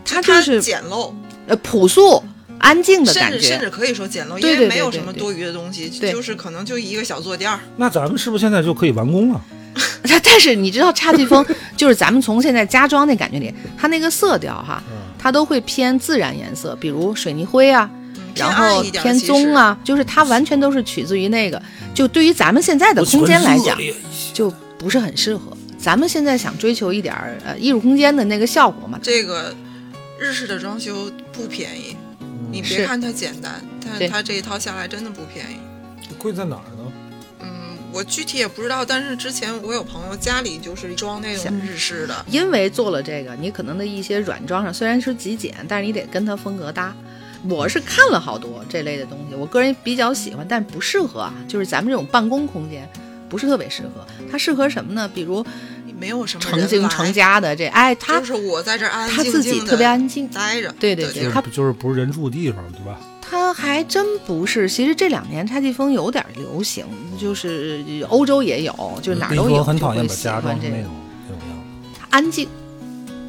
B: 它就是
C: 简陋，
B: 呃朴素安静的
C: 甚
B: 感
C: 至甚
B: 觉，
C: 至可以说简陋，
B: 对
C: 因
B: 对
C: 为没
B: 对
C: 有
B: 对
C: 什么
B: 对
C: 多余的东西，
B: 对
C: 就是可能就一个小坐垫儿。
A: 那咱们是不是现在就可以完工了？
B: 但 但是你知道侘寂风就是咱们从现在家装那感觉里，它那个色调哈，
A: 嗯
B: 它都会偏自然颜色，比如水泥灰啊，
C: 嗯偏
B: 然
C: 暗
B: 后
C: 一点
B: 偏棕，啊，就是它完全都是取自于那个，就对于咱们现在的
A: 我喜欢
B: 空间来
A: 热
B: 讲，
A: 烈一些
B: 就不是很适合。咱们现在想追求一点儿呃艺术空间的那个效果嘛，
C: 其实这个日式的装修不便宜，你
B: 是
C: 别看它简单，但
B: 对
C: 是它这一套下来真的不便宜。
A: 贵在哪儿呢？
C: 嗯，我具体也不知道，但是之前我有朋友家里就是装那种日式的，
B: 因为做了这个，你可能的一些软装上虽然是极简，但是你得跟它风格搭。我是看 了好多这类的东西，我个人比较喜欢，但不适合啊。就是咱们这种办公空间，不是特别适合。它适合什么呢？比如
C: 没有什么
B: 成
C: 人
B: 精
C: 来
B: 成，家的这，哎，他
C: 就是我在这儿安安
B: 他
C: 静静
B: 自己特别安静
C: 地，待着，
B: 对对
C: 对
B: 对
A: 就是
B: 他
A: 就是不是人住地方，对吧？
B: 他还真不是。其实这两年差季风有点流行，就是呃欧洲也有，就是哪儿都
A: 那
B: 有。
A: 我很
B: 就
A: 讨厌
B: 会
A: 把
B: 喜
A: 家
B: 欢
A: 装成
B: 这
A: 那
B: 个
A: 种那种样
B: 安静。
A: 子。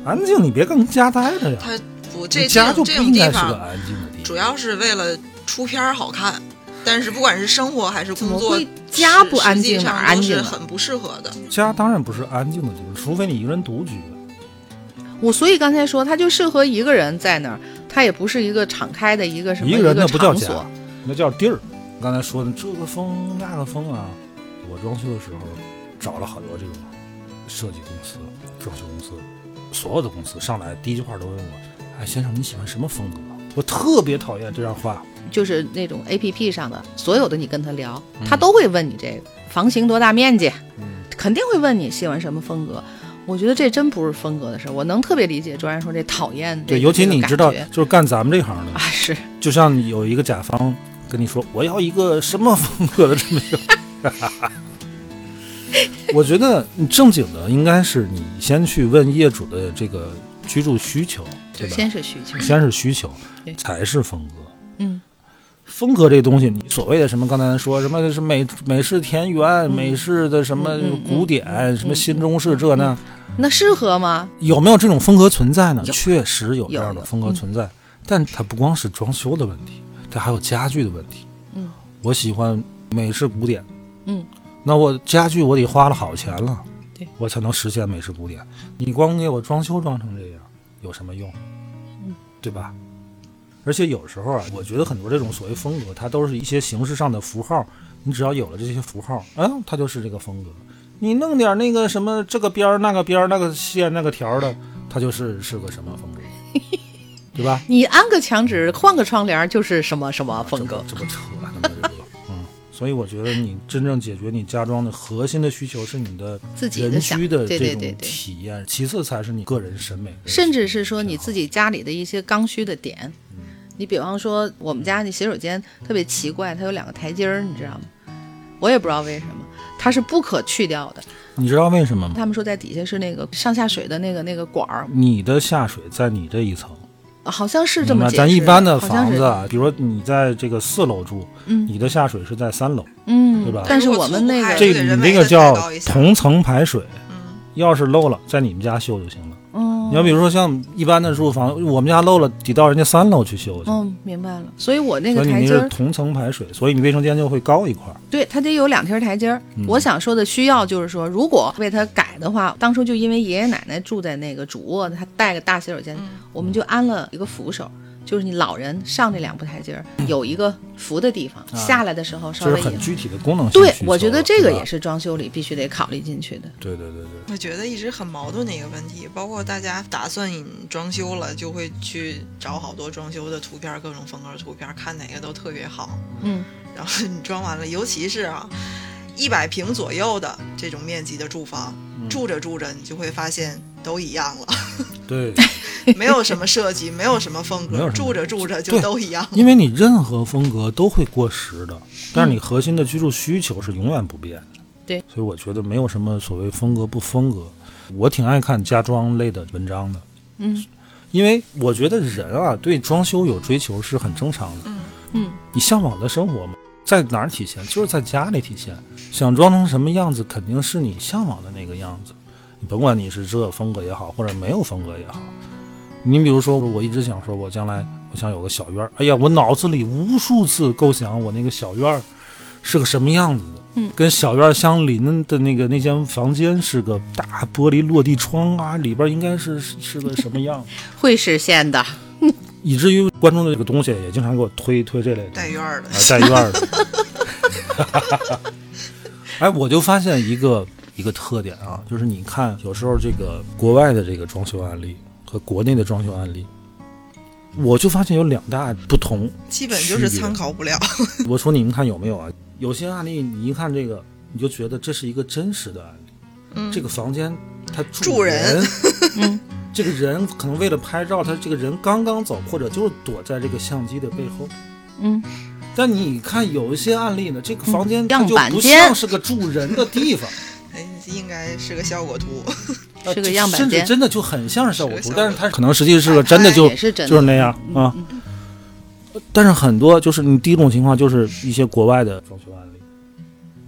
A: 安静，你别跟家待着呀。
C: 他不
A: 你
C: 这
A: 家就
C: 这
A: 不
C: 这种
A: 应
C: 地
A: 该是个
C: 方，
A: 安静的地
C: 主
A: 方。
C: 要是为了出片儿好看，但是不管是生活还是
B: 怎么
C: 工作
B: 会，家
C: 实
B: 不安静
C: 实际
B: 哪儿
C: 上
B: 安
C: 都
B: 静
C: 是
B: 啊？
C: 很不适合的。
A: 家当然不是安静的地方，除非你一个人独居。
B: 我所以刚才说，他就适合一个人在那儿，他也不是一个敞开的一个什么
A: 一个人那不叫
B: 场
A: 家
B: 所。
A: 那叫地儿。刚才说的这个风那个风啊，我装修的时候找了很多这种设计公司、装修公司，所有的公司上来第一句话都问我：“哎，先生你喜欢什么风格？”我特别讨厌这样话。
B: 就是那种 A P P 上的所有的，你跟他聊，他都会问你这个房型多大面积，
A: 嗯，
B: 肯定会问你喜欢什么风格。我觉得这真不是风格的事儿，我能特别理解卓然说这讨厌的这
A: 对，
B: 个。
A: 尤其你知道
B: 这个感，
A: 就是干咱们这行
B: 觉
A: 的
B: 啊，，是
A: 就像你有一个甲方跟你说：“我要一个什么风格的这么一个。” 我觉得你正经的应该是你先去问业主的这个居住需求，对吧？
B: 先是需求，
A: 先是需求
B: 对，
A: 才是风格。
B: 嗯，
A: 风格这东西，你所谓的什么，刚才说什么是美美式田园、美式的什么
B: 嗯嗯
A: 古典、什么新中式这那，
B: 那适合吗？
A: 有没有这种风格存在呢？
B: 有
A: 确实有这样
B: 有
A: 的
B: 有
A: 风格存在，但它不光是装修的问题，它还有家具的问题。
B: 嗯，
A: 我喜欢美式古典，
B: 嗯，
A: 那我家具我得花了好钱了，
B: 对，
A: 我才能实现美式古典。你光给我装修装成这样，有什么用？
B: 嗯，
A: 对吧？而且有时候啊，我觉得很多这种所谓风格，它都是一些形式上的符号。你只要有了这些符号，哎，它就是这个风格。你弄点那个什么这个边儿那个边儿那个线那个条儿的，它就是是个什么 风格，对吧？
B: 你安个墙纸，换个窗帘就是什么什么风格。
A: 这不扯呢吗？这不，嗯。所以我觉得你真正解决你家装的核心的需求是你的
B: 自己的
A: 人
B: 想
A: 居的这
B: 对对
A: 种
B: 对对
A: 体验，其次才是你个人审美的，
B: 甚至是说你自己家里的一些刚需的点。你比方说，我们家那洗手间特别奇怪，它有两个台阶儿，你知道吗？我也不知道为什么，它是不可去掉的。
A: 你知道为什么吗？
B: 他们说在底下是那个上下水的那个那个管儿，
A: 你的下水在你这一层，
B: 好像是这
A: 明白？
B: 么解
A: 嗯
B: 释。
A: 咱一般的
B: 好像
A: 房
B: 是
A: 子，啊，比如说你在这个四楼住，
B: 嗯
A: 你的下水是在三楼，
B: 嗯，
A: 对吧
B: 但是我们那
C: 哎
B: 个，
A: 这
C: 对
A: 你
C: 人
A: 那
C: 为
A: 个
C: 的
A: 叫
C: 再高一下
A: 同层排水，
C: 嗯，
A: 要是漏了，在你们家修就行了。
B: 嗯
A: 你要比如说像一般的住房，我们家漏了得到人家三楼去修去，
B: 嗯，明白了。所以我那
A: 所
B: 个
A: 以你
B: 台
A: 那
B: 阶
A: 是
B: 儿，
A: 同层排水，所以你卫生间就会高一块儿。
B: 对，它得有两条台阶儿。
A: 嗯
B: 我想说的需要就是说，如果为它改的话，当初就因为爷爷奶奶住在那个主卧，他带个大洗手间，我们就安了一个扶手。就是你老人上这两步台阶儿有一个扶的地方，下来的时候稍
A: 这
B: 微
A: 嗯啊是
B: 一
A: 很具体的功能性
B: 对
A: 需，求
B: 我觉得
A: 了
B: 这个
A: 对吧
B: 也是装修里必须得考虑进去的。
A: 对对对对，
C: 我觉得一直很矛盾的一个问题，包括大家打算装修了，就会去找好多装修的图片，各种风格图片，看哪个都特别好。
B: 嗯，
C: 然后你装完了，尤其是啊，一百平左右的这种面积的住房，住着住着你就会发现都一样了，
A: 对，
C: 没有什么设计，没有什么风
A: 没有什
C: 格，
A: 么
C: 住着住着就
A: 对
C: 都一样了。
A: 因为你任何风格都会过时的，但是你核心的居住需求是永远不变的。
B: 对，
A: 所以我觉得没有什么所谓风格不风格，我挺爱看家装类的文章的。
B: 嗯，
A: 因为我觉得人啊对装修有追求是很正常的。
C: 嗯
B: 嗯，
A: 你向往的生活嘛，在哪儿体现？就是在家里体现。想装成什么样子，肯定是你向往的那个样子。你甭管你是这风格也好，或者没有风格也好，你比如说，我一直想说，我将来我想有个小院儿。哎呀，我脑子里无数次构想我那个小院儿是个什么样子的。
B: 嗯，
A: 跟小院儿相邻的那个那间房间是个大玻璃落地窗啊，里边应该是是是个什么样，
B: 会实现的。
A: 以至于观众的这个东西也经常给我推推这类东西。
C: 带院儿的
A: 啊，，带院儿的。 哎，我就发现一个一个特点啊，就是你看有时候这个国外的这个装修案例和国内的装修案例，我就发现有两大不同。
C: 基本就
A: 区别
C: 是参考不了。
A: 我说你们看有没有啊？有些案例你一看这个，你就觉得这是一个真实的案例。
C: 嗯
A: 这个房间他住
C: 住人
A: 人
B: 嗯
A: 这个人可能为了拍照，他这个人刚刚走，或者就是躲在这个相机的背后。
B: 嗯，
A: 但你看有一些案例呢，这个房间它
B: 样
A: 就
B: 板
A: 不
B: 间
A: 像是个住人的地方，
C: 哎，应该是个效果图，
A: 呃
B: 是个
A: 就
B: 样板
A: 甚至
B: 间
A: 真的就很像是效果
C: 是
A: 图
C: 个效，
A: 但是
C: 果
A: 它可能实际是个真的
B: 哎
A: 就
B: 也是真的，嗯
A: 就是那样啊。但是很多就是你第一种情况就是一些国外的装修案例，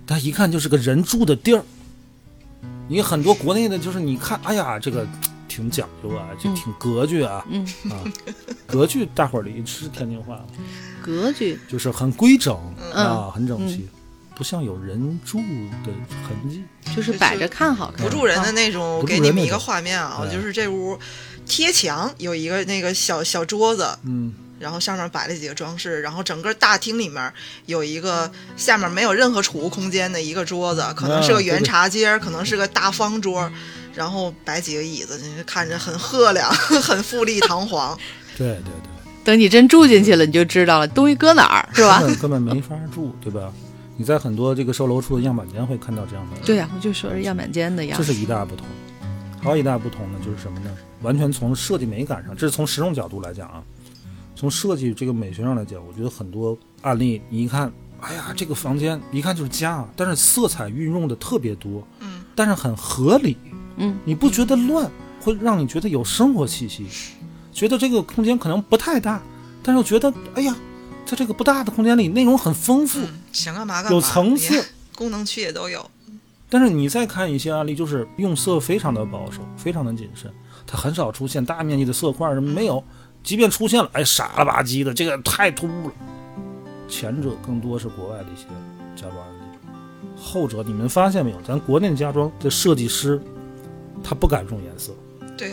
A: 它一看就是个人住的地儿。你很多国内的就是你看，哎呀，这个挺讲究啊，就
B: 嗯
A: 挺格局啊，
B: 嗯，
A: 啊，格局大伙儿里是天津话吗，
B: 格局，
A: 就是很规整
B: 嗯，
A: 啊，很整齐，不像有人住的痕迹。
B: 就是摆着看好看，
C: 不住人的
B: 啊
C: 那种。我
A: 不住
C: 给你
A: 人
C: 们
A: 那
C: 一个
A: 种
C: 画面啊，
A: 哎
C: 就是这屋贴墙有一个那个小小桌子，
A: 嗯，
C: 然后上面摆了几个装饰，然后整个大厅里面有一个下面没有任何储物空间的一个桌
A: 嗯
C: 子，可能是个圆茶几儿，可能是个大方桌，然后摆几个椅子，你就看着很赫 亮，很富丽堂皇。
A: 对对对，
B: 等你真住进去了，你就知道了，东西搁哪儿是吧
A: 根？本根本没法住，对吧？你在很多这个售楼处的样板间会看到这样的，
B: 对呀、我就说是样板间的样
A: 这
B: 子，
A: 是一大不同。还有一大不同呢，就是什么呢？完全从设计美感上，这是从实用角度来讲啊。从设计这个美学上来讲，我觉得很多案例，你一看，哎呀，这个房间一看就是家啊，但是色彩运用的特别多，
C: 嗯，
A: 但是很合理，
B: 嗯，
A: 你不觉得乱，会让你觉得有生活气息，觉得这个空间可能不太大，但是又觉得，哎呀，在这个不大的空间里，内容很丰富，
C: 嗯，想干嘛干嘛，
A: 有层次
C: 连功能区也都有。
A: 但是你再看一些案例，就是用色非常的保守，非常的谨慎，它很少出现大面积的色块，什么没有。即便出现了，哎，傻了吧唧的，这个太突兀了。前者更多是国外的一些家装案例，后者你们发现没有？咱国内的家装的设计师，他不敢用颜色，
C: 对，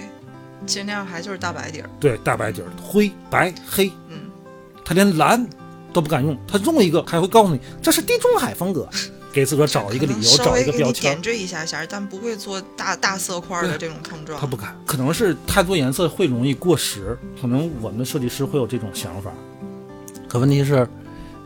C: 尽量还就是大白底儿。
A: 对，大白底儿，灰白黑，
C: 嗯，
A: 他连蓝都不敢用，他用一个还会告诉你这是地中海风格，给自个儿找一个理由，
C: 可能嗯稍
A: 找一
C: 微
A: 个
C: 给你
A: 标签
C: 点。缀一下下，但不会做大大色块的这种碰撞。
A: 他不敢，可能是太多颜色会容易过时，可能我们的设计师会有这种想法。可问题是，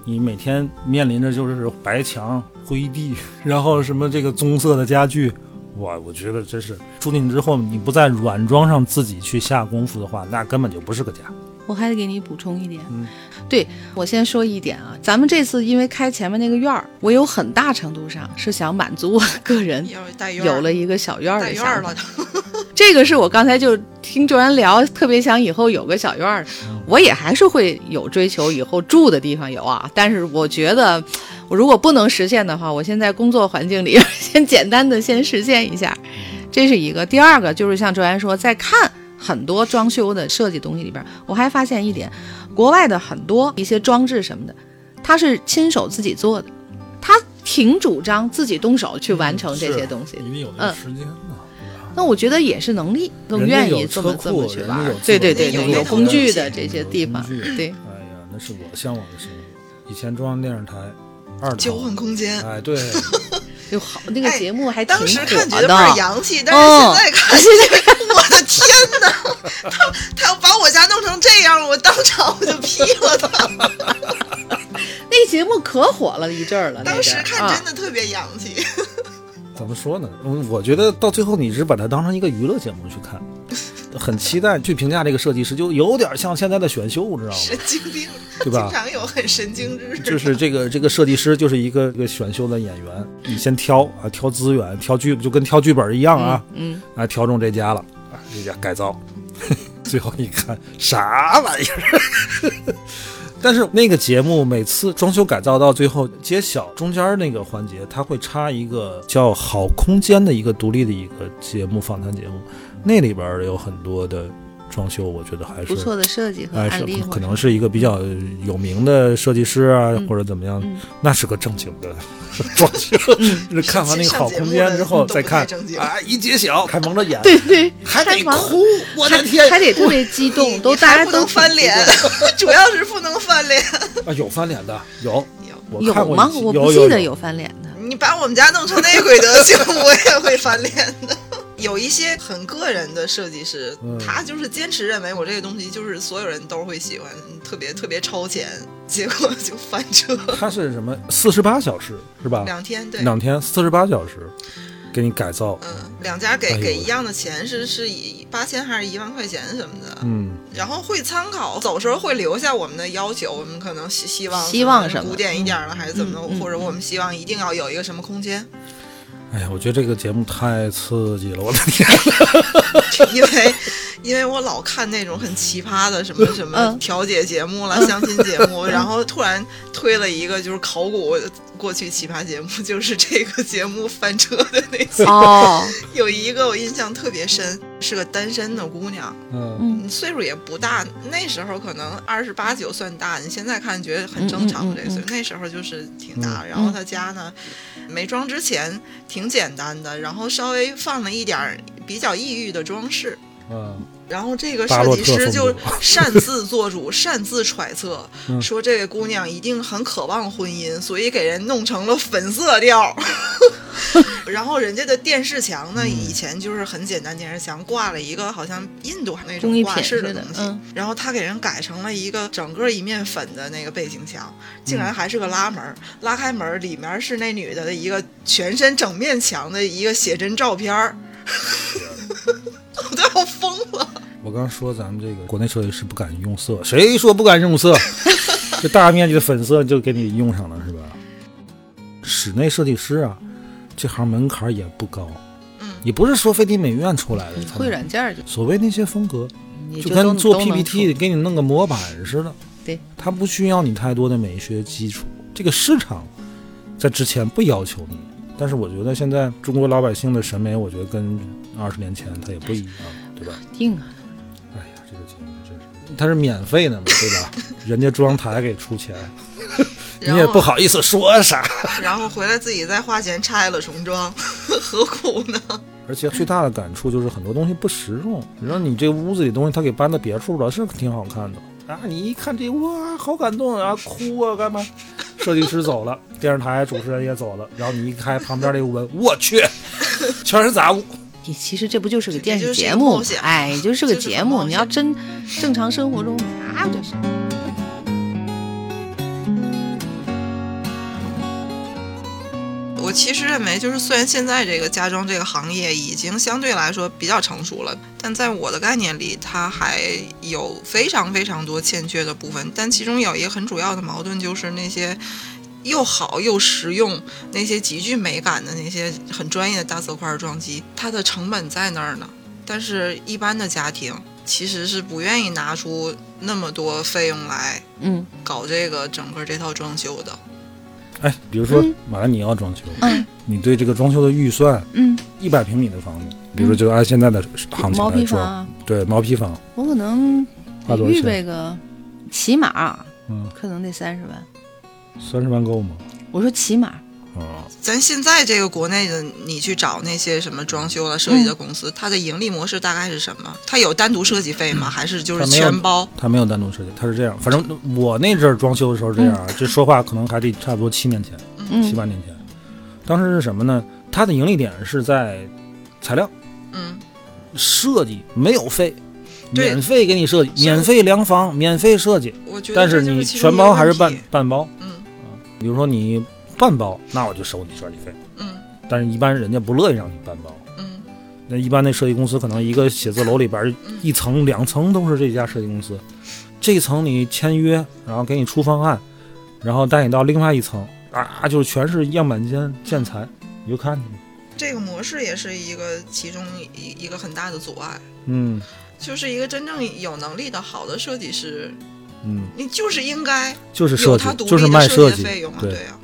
A: 你每天面临着就是白墙、灰地， 然后什么这个棕色的家具，哇，我觉得真是住进去之后，你不在软装上自己去下功夫的话，那根本就不是个家。
B: 我还得给你补充一点，
A: 嗯
B: 对我先说一点啊，咱们这次因为开前面那个院儿，我有很大程度上是想满足我个人
C: 要是带院儿
B: 有了一个小院儿
C: 带
B: 的
C: 院
B: 想
C: 儿
B: 法
C: 了，
B: 这个是我刚才就听周然聊，特别想以后有个小院儿，我也还是会有追求，以后住的地方有啊。但是我觉得，我如果不能实现的话，我现在工作环境里先简单的先实现一下，这是一个。第二个就是像周然说，在看很多装修的设计东西里边，我还发现一点，国外的很多一些装置什么的，它是亲手自己做的，他挺主张自己动手去完成这些东西的。
A: 定有
B: 这个嗯
A: 时间嗯呢。
B: 那我觉得也是能力，更
A: 人家
B: 愿
A: 有
B: 意这
A: 车
B: 么这么
A: 库
B: 去
A: 人家
B: 玩儿
A: 有。
B: 对
A: 自
B: 对
A: 己
C: 的
B: 对对，
C: 那
B: 有
C: 种
B: 工具
C: 东
B: 的
C: 西
B: 这些
A: 有
B: 地
A: 工
B: 方
A: 具，
B: 对，
A: 哎呀，那是我向往的生活。以前中央电视台二套
C: 交换空间。
A: 哎，对，
B: 就好那个
C: 哎
B: 节目还挺
C: 当时看
B: 火
C: 觉得倍儿
B: 的。嗯
C: 洋气，但是现在看，哎我的天哪！他他要把我家弄成这样，我当场我就劈了他。
B: 那节目可火了一阵儿了，那
C: 当时
B: 阵儿
C: 看真
B: 啊，
C: 的特别洋气，
A: 怎么说呢？嗯，我觉得到最后你是把它当成一个娱乐节目去看，很期待去评价这个设计师，就有点像现在的选秀，知道吗？
C: 神经病，
A: 对吧
C: 经常有很神经质，
A: 就是这个这个设计师就是一个一个选秀的演员，你先挑啊，挑资源，挑剧，就跟挑剧本一样啊，
B: 嗯，
A: 啊，挑中这家了，啊，这家改造， 最后一看啥玩意儿？ 但是那个节目每次装修改造到最后揭晓中间那个环节，它会插一个叫“好空间”的一个独立的一个节目访谈节目，那里边儿有很多的装修，我觉得还是
B: 不错的设计和
A: 哎，
B: 案
A: 是
B: 例
A: 可
B: 或者，
A: 可能是一个比较有名的设计师啊，或者怎么样
B: 嗯，那
A: 那是个正经的 装修。就是看完那个好空间之后再
B: 嗯
A: 看
C: 上节目的人都不太正，经
A: 啊，一揭晓还蒙着眼，
B: 对 对，
A: 还
B: 还
A: 得
B: 忙
A: 哭，我的
B: 还
A: 天，
B: 还得特别激动，都
C: 啊你
B: 大
C: 还
B: 家
C: 不
B: 都
C: 能翻脸， 主要是不能翻脸。
A: 啊，有翻脸的，有，
C: 有
A: 我
B: 有
A: 看过
B: 吗
A: 一？期
B: 我
A: 有
B: 不记得
A: 有
B: 有翻脸的。
C: 你把我们家弄成那鬼德行， 我也会翻脸的。有一些很个人的设计师，
A: 嗯
C: 他就是坚持认为我这个东西就是所有人都会喜欢，特别特别超前，结果就翻车。
A: 啊他是什么？四十八小时是吧？
C: 两天对，
A: 两天四十八小时，给你改造，
C: 嗯，两家给、
A: 哎呦
C: 给一样的钱是是一八千还是一万块钱什么的，
A: 嗯，
C: 然后会参考，走时候会留下我们的要求，我们可能希希望
B: 希望什么
C: 古典一点儿的还是怎么
B: 嗯嗯
C: 的，或者我们希望一定要有一个什么空间，
A: 哎呀，我觉得这个节目太刺激了，我的天！
C: 因为因为我老看那种很奇葩的什么什么
B: 嗯
C: 调解节目了、相亲节目，然后突然推了一个就是考古过去奇葩节目，就是这个节目翻车的那次，
B: 哦，
C: 有一个我印象特别深，是个单身的姑娘，
A: 嗯
B: 嗯，
C: 岁数也不大，那时候可能二十八九算大，你现在看觉得很正常
B: 嗯嗯嗯嗯
C: 这岁数，那时候就是挺大。然后他家呢，没装之前挺简单的，然后稍微放了一点儿比较异域的装饰。
A: 嗯，
C: 然后这个
A: 巴洛
C: 设计
A: 特
C: 师就
A: 风
C: 擅自做 主、擅自揣测，
A: 嗯
C: 说这个姑娘一定很渴望婚姻，所以给人弄成了粉色调。 然后人家的电视墙呢，
A: 嗯
C: 以前就是很简单，电视墙挂了一个好像印度那
B: 工
C: 种
B: 艺
C: 挂
B: 品
C: 饰
B: 似
C: 的
B: 的
C: 东，西，
B: 嗯，
C: 然后他给人改成了一个整个一面粉的那个背景墙，竟然还是个拉门儿，
A: 嗯
C: 拉开门儿里面是那女的的一个全身整面墙的一个写真照片儿， 我都要疯了。
A: 我刚说咱们这个国内设计师不敢用色，谁说不敢用色？这大面积的粉色就给你用上了是吧？室内设计师啊，这行门槛也不高，
C: 嗯
A: 也不是说非得美院出来的
B: 你
A: 才
B: 会
A: 能。
B: 软件儿就
A: 所谓那些风格，
B: 你
A: 就
B: 都
A: 嗯跟做
B: 都能
A: PPT
B: 出
A: 给你弄个模板似的，
B: 对，
A: 它不需要你太多的美学基础。这个市场在之前不要求你，但是我觉得现在中国老百姓的审美，我觉得跟二十年前它也不一样，对吧？
B: 定啊，
A: 哎呀，这个节目真是，它是免费的嘛，对吧？ 人家中央台给出钱，你
C: 然
A: 也
C: 后
A: 不好意思说啥。
C: 然后回来自己再花钱拆了重装， 何苦呢？
A: 而且最大的感触就是很多东西不实用。你说你这屋子里东西，他给搬到别处了，是挺好看的啊！你一看这哇，好感动啊，哭啊，干嘛？ 设计师走了，电视台主持人也走了，然后你一开旁边这屋门，我 去，全是杂物。
B: 你其实这不就是个
C: 这
B: 电
C: 就
B: 视
C: 是一
B: 节
C: 个
B: 目
C: 冒
B: 嘛
C: 险？
B: 哎，就是个
C: 就是
B: 节
C: 个啊
B: 目。
C: 冒
B: 你要真正常生活中啊哪有这事？
C: 我其实认为，就是虽然现在这个家装这个行业已经相对来说比较成熟了，但在我的概念里，它还有非常非常多欠缺的部分。但其中有一个很主要的矛盾，就是那些又好又实用、那些极具美感的那些很专业的大色块装机，它的成本在那儿呢。但是，一般的家庭其实是不愿意拿出那么多费用来
B: 嗯，
C: 搞这个整个这套装修的。
A: 哎，比如说
B: 嗯
A: 马来你要装修，
B: 嗯
A: 你对这个装修的预算，
B: 嗯，
A: 一百平米的房子，比如说就按现在的行情
B: 毛
A: 来
B: 坯
A: 说，
B: 房啊，
A: 对毛坯房
B: 我可能
A: 花多少
B: 得预
A: 钱？
B: 备个，起码
A: 嗯，
B: 可能得三十万。
A: 三十万够吗？
B: 我说起码，
A: 啊，
C: 咱现在这个国内的，你去找那些什么装修了、设计
A: 嗯
C: 的公司，它的盈利模式大概是什么？它有单独设计费吗？还是就是
A: 它没有
C: 全包？
A: 他没有单独设计，他是这样。反正我那阵儿装修的时候这样
C: 嗯
A: 啊，这说话可能还得差不多七年前、七
B: 嗯
A: 八年前。当时是什么呢？它的盈利点是在材料
C: 嗯，
A: 设计，没有费，
C: 对
A: 免费给你设计，
C: 是
A: 免费量房，免费设计，
C: 我觉得
A: 但
C: 这
A: 是
C: 就
A: 你
C: 其中
A: 全
C: 一个
A: 包还是
C: 问题
A: 半半包？
C: 嗯
A: 比如说你半包，那我就收你设计费，
C: 嗯
A: 但是一般人家不乐意让你半包。
C: 嗯
A: 那一般那设计公司可能一个写字楼里边儿一层两层都是这家设计公司，这一层你签约，然后给你出方案，然后带你到另外一层啊，就全是样板间建材，你就看去吧。
C: 这个模式也是一个其中一一个很大的阻碍，
A: 嗯
C: 就是一个真正有能力的好的设计师，
A: 嗯，
C: 你就是应该
A: 就是设
C: 有
A: 计
C: 他，独
A: 就是
C: 立
A: 卖
C: 的
A: 设
C: 设
A: 计
C: 计的费用啊，，
A: 对，
C: 啊，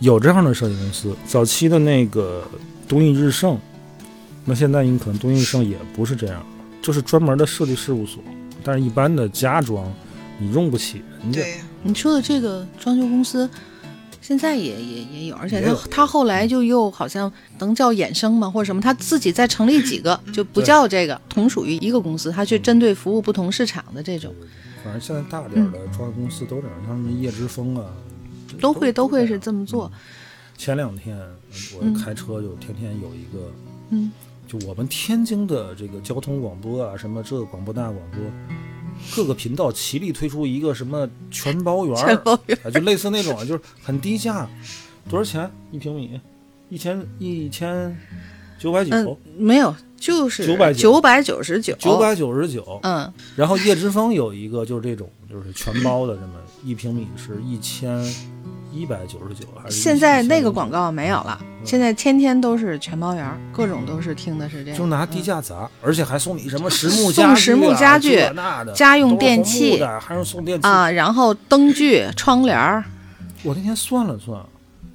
A: 有这样的设计公司。早期的那个东映日盛，那现在应可能东映日盛也不是这样，就是专门的设计事务所，但是一般的家装你用不起人家。
C: 对，
B: 你说的这个装修公司，现在也也也有，而且
A: 也
B: 他
A: 有
B: 他后来就又好像能叫衍生吗，或者什么，他自己再成立几个，
C: 嗯
B: 就不
A: 对
B: 叫这个，同属于一个公司，他去针对服务不同市场的这种。
A: 反正现在大点儿的装修公司都这样，像什么叶之风啊，
B: 嗯都会都会是
A: 这样。
B: 这么做。
A: 前两天我
B: 嗯
A: 开车就天天有一个，
B: 嗯，
A: 就我们天津的这个交通广播啊，什么这个广播那个广播，各个频道齐力推出一个什么全包圆儿，
B: 全包圆
A: 啊，就类似那种，就是很低价，多少钱一平米？一千一千九百
B: 嗯
A: 九，，
B: 没有，就是
A: 990
B: 九百九十九，
A: 九百九十九。
B: 嗯，
A: 然后叶之峰有一个就是这种，就是全包的，这么一平米是一千一百九十九，还是
B: 现在那个
A: 广
B: 广告没有
A: 嗯
B: 了，现在天天都是全包圆儿，各种都是听的是这
A: 就
B: 样。
A: 拿低价砸，而且还送你什么实木
B: 送
A: 家具、啊、
B: 实木家具
A: 这那的
B: 家用
A: 都是
B: 电
A: 红木
B: 器
A: 的，还是送电器。
B: 啊，然后灯具、窗帘儿
A: 我那天算了算，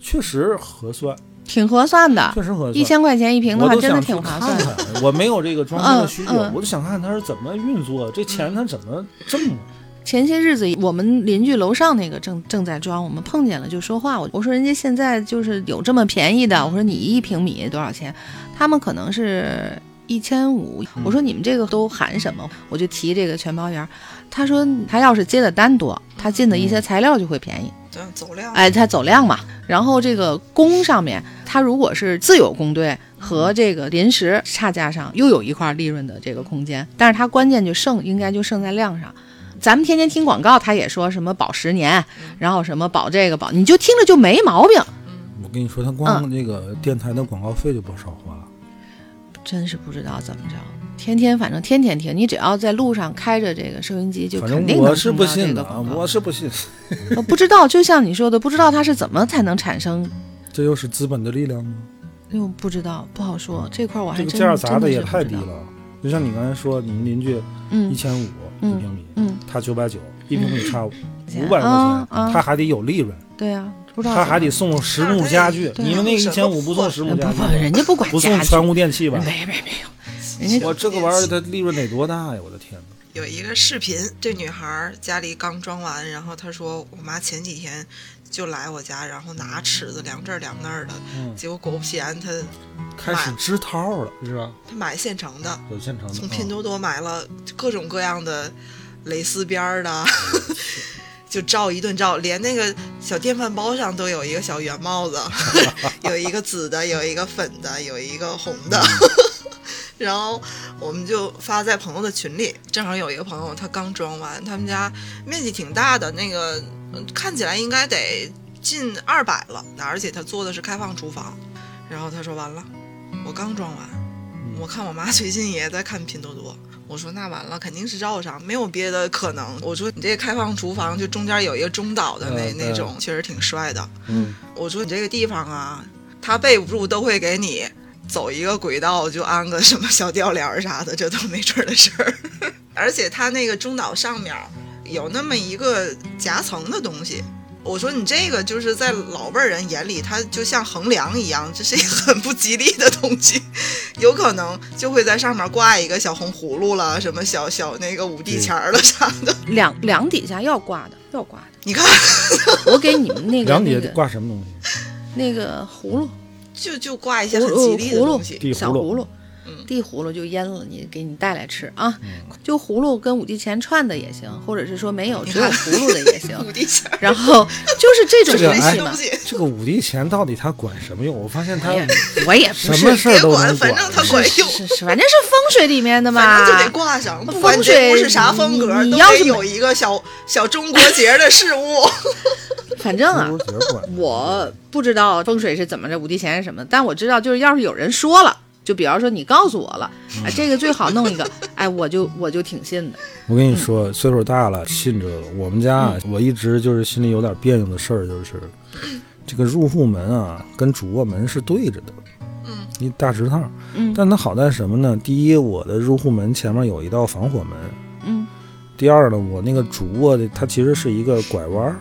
A: 确实合算，
B: 挺合算的，
A: 确实合算。
B: 啊一千块钱一平的
A: 我
B: 话，
A: 都
B: 真
A: 想
B: 的
A: 去
B: 挺划
A: 看
B: 算的。
A: 看，我没有这个装修的需求，
B: 嗯嗯
A: 我就想看看他是怎么运作，这钱他怎么挣的。啊
B: 前些日子，我们邻居楼上那个正正在装，我们碰见了就说话。我我说人家现在就是有这么便宜的，我说你一平米多少钱？他们可能是一千五。我说你们这个都含什么？我就提这个全包圆儿。他说他要是接的单多，他进的一些材料就会便宜。
C: 对，走量。
B: 哎，它走量嘛。然后这个工上面，它如果是自有工队和这个临时差价上又有一块利润的这个空间，但是它关键就剩应该就剩在量上。咱们天天听广告，他也说什么保十年，然后什么保这个保，你就听着就没毛病，
A: 我跟你说，他
B: 嗯
A: 光这个电台的广告费就不少花了。
B: 真是不知道怎么着。天天反正天天听，你只要在路上开着这个收音机，就
A: 反
B: 肯
A: 正
B: 定
A: 我
B: 能
A: 是
B: 听
A: 不
B: 到这
A: 信的
B: 个
A: 啊，
B: 广
A: 我
B: 告。
A: 是不信，
B: 我不知道，就像你说的，不知道它是怎么才能产生，
A: 这又是资本的力量吗？
B: 又不知道，不好说。这块我还
A: 这
B: 真
A: 个价砸
B: 真
A: 的
B: 是
A: 也
B: 不
A: 太
B: 知
A: 低
B: 道。
A: 了。就像你刚才说，你们邻居
B: 嗯
A: 一千五一平米，
B: 嗯，
A: 他九百九，一平米差五
B: 嗯
A: 五百块
B: 啊
A: 钱，
B: 啊
A: 他还得有利润，
B: 对呀、不知道
A: 他还得送实木家具。
B: 对啊
A: 你们那一
C: 什么
A: 千五不送实
B: 怎
A: 木
B: 么
A: 家
B: 办
A: 具
B: 不不，
A: 吧，
B: 人家不管
A: 不送
B: 家具
A: 全屋电器吧？
B: 没没没有，人家
A: 我这个玩意儿，它利润得多大呀！我的天哪！
C: 有一个视频，这女孩儿家里刚装完，然后她说我妈前几天就来我家，然后拿尺子量这儿量那儿的，
A: 嗯
C: 结果果不其然，她
A: 开始支套了，是吧？
C: 她买现成的，
A: 有现成的，
C: 从
A: 啊
C: 拼多多买了各种各样的蕾丝边儿的， 就照一顿照，连那个小电饭煲上都有一个小圆帽子， 有一个紫的，有一个粉的，有一个红的。 然后我们就发在朋友的群里，正好有一个朋友他刚装完，他们家面积挺大的，那个嗯看起来应该得近二百了，而且他做的是开放厨房。然后他说完了，我刚装完，我看我妈 最近也在看拼多多，我说那完了，肯定是绕上，没有别的可能。我说你这个开放厨房就中间有一个中岛的那、
A: 嗯
C: 那种，确实挺帅的。
A: 嗯，
C: 我说你这个地方啊，他备不住都会给你走一个轨道，就安个什么小吊帘儿啥的，这都没准儿的事儿。 而且他那个中岛上面儿有那么一个夹层的东西。我说你这个就是在老辈儿人眼里，它就像横梁一样，这是一个很不吉利的东西， 有可能就会在上面挂一个小红葫芦了，什么小小那个五帝钱儿了啥的。
B: 两两底下要挂的，要挂的。
C: 你看，
B: 我给你们那个
A: 梁
B: 那
A: 姐
B: 个
A: 挂什么东西？
B: 那个葫芦，
C: 就就挂一些很吉利的
B: 葫芦
C: 东西。
A: 地
B: 小
A: 葫
B: 葫
A: 芦，
B: 芦
C: 嗯。
B: 地葫芦就腌了你，给你带来吃啊！
A: 嗯
B: 就葫芦跟五帝钱串的也行，或者是说没有只有葫芦的也行。
C: 五帝钱儿
B: 然后就是这种
A: 这个
B: 东
A: 哎
B: 西嘛
C: 东，西。
A: 这个五帝钱到底他管什么用？我发现他
B: 哎呀我也不
A: 什
B: 是
A: 么事儿都能
C: 别管反正他
A: 管
C: 管
B: 是是是是，反正是风水里面的嘛，
C: 反正就得挂上，不管你这屋是啥风格，
B: 你
C: 都
B: 你要
C: 得
B: 是
C: 有一个小小中国结的事物。
B: 反正啊
A: 中，国结管。
B: 我不知道风水是怎么着，五帝钱是什么，但我知道，就是要是有人说了，就比方说你告诉我了，
A: 嗯
B: 哎，这个最好弄一个， 哎，我就我就挺信的。
A: 我跟你
B: 嗯
A: 说，岁数大了，信这个。我们家啊，我一直就是心里有点别扭的事儿，就是这个入户门啊，跟主卧门是对着的，
C: 嗯，
A: 一大直趟。
B: 嗯
A: 但它好在什么呢？第一，我的入户门前面有一道防火门；
B: 嗯
A: 第二呢，我那个主卧的它其实是一个拐弯儿，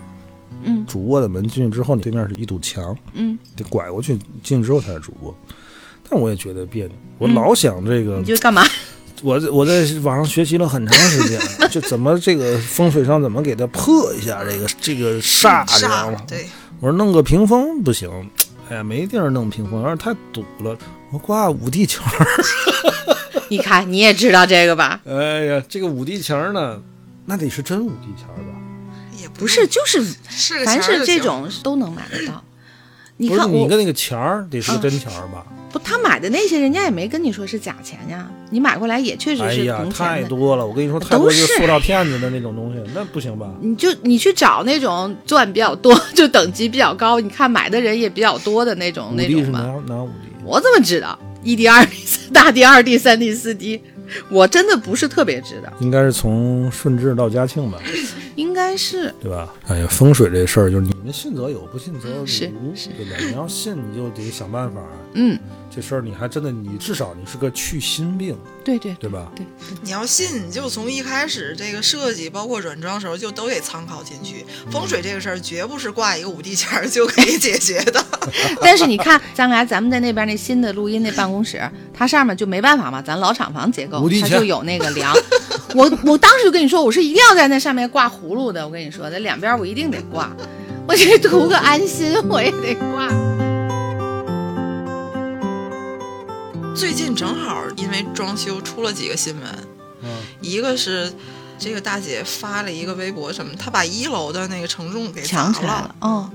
B: 嗯
A: 主卧的门进去之后，你对面是一堵墙，
B: 嗯，
A: 得拐过去进去之后才是主卧。但我也觉得别扭，我
B: 嗯
A: 老想这个
B: 你就干嘛？
A: 我在我在网上学习了很长时间， 就怎么这个风水上怎么给它破一下这个这个煞，
B: 嗯
A: 知道吗？
C: 对，
A: 我说弄个屏风不行，哎呀，没地儿弄屏风，有点太堵了。我挂五帝钱儿，
B: 你看你也知道这个吧？
A: 哎呀，这个五帝钱儿呢，那得是真五帝钱儿吧？
C: 也不
B: 不是，就是
C: 是个钱
B: 凡
C: 儿就是行
B: 这，种都能买得到。你
A: 不是
B: 看
A: 你
B: 我啊
A: 跟那个钱儿得是真钱儿吧？
B: 不，他买的那些，人家也没跟你说是假钱呀，你买过来也确实
A: 哎
B: 是
A: 呀，
B: 铜
A: 太
B: 钱的。
A: 多了，我跟你说，太
B: 都
A: 多就是塑 料骗子的那种东西，那不行吧？
B: 你就你去找那种赚比较多， 就等级比较高，你看买的人也比较多的那种
A: 五
B: 那
A: D
B: 种
A: 是
B: 吧。
A: 哪哪五 D？
B: 我怎么知道？一滴、二滴、三 大滴、二滴、三滴、四滴，我真的不是特别知道，
A: 应该是从顺治到嘉庆吧，
B: 应该是
A: 对吧？哎呀，风水这事儿就是你们信则有，不信则无，
B: 是
A: 对吧？你要信，你就得想办法。
B: 嗯，
A: 这事儿你还真的，你至少你是个去心病，
B: 对 对
A: 对吧？
B: 对，
C: 你要信，你就从一开始这个设计，包括软装时候就都得参考进去。风水这个事儿绝不是挂一个五帝钱儿就可以解决的。
B: 但是你看，将来咱们在那边那新的录音那办公室，它上面就没办法嘛，咱老厂房结构
A: 五，帝
B: 它
A: 钱
B: 就有那个梁。我我当时就跟你说，我是一定要在那上面挂葫芦的。我跟你说，在两边我一定得挂，我这图个安心，我也得挂。
C: 最近正好因为装修出了几个新闻，
A: 嗯，
C: 一个是这个大姐发了一个微博，什么，她把一楼的那个承重给砸
B: 强起来了，嗯，
A: 哦，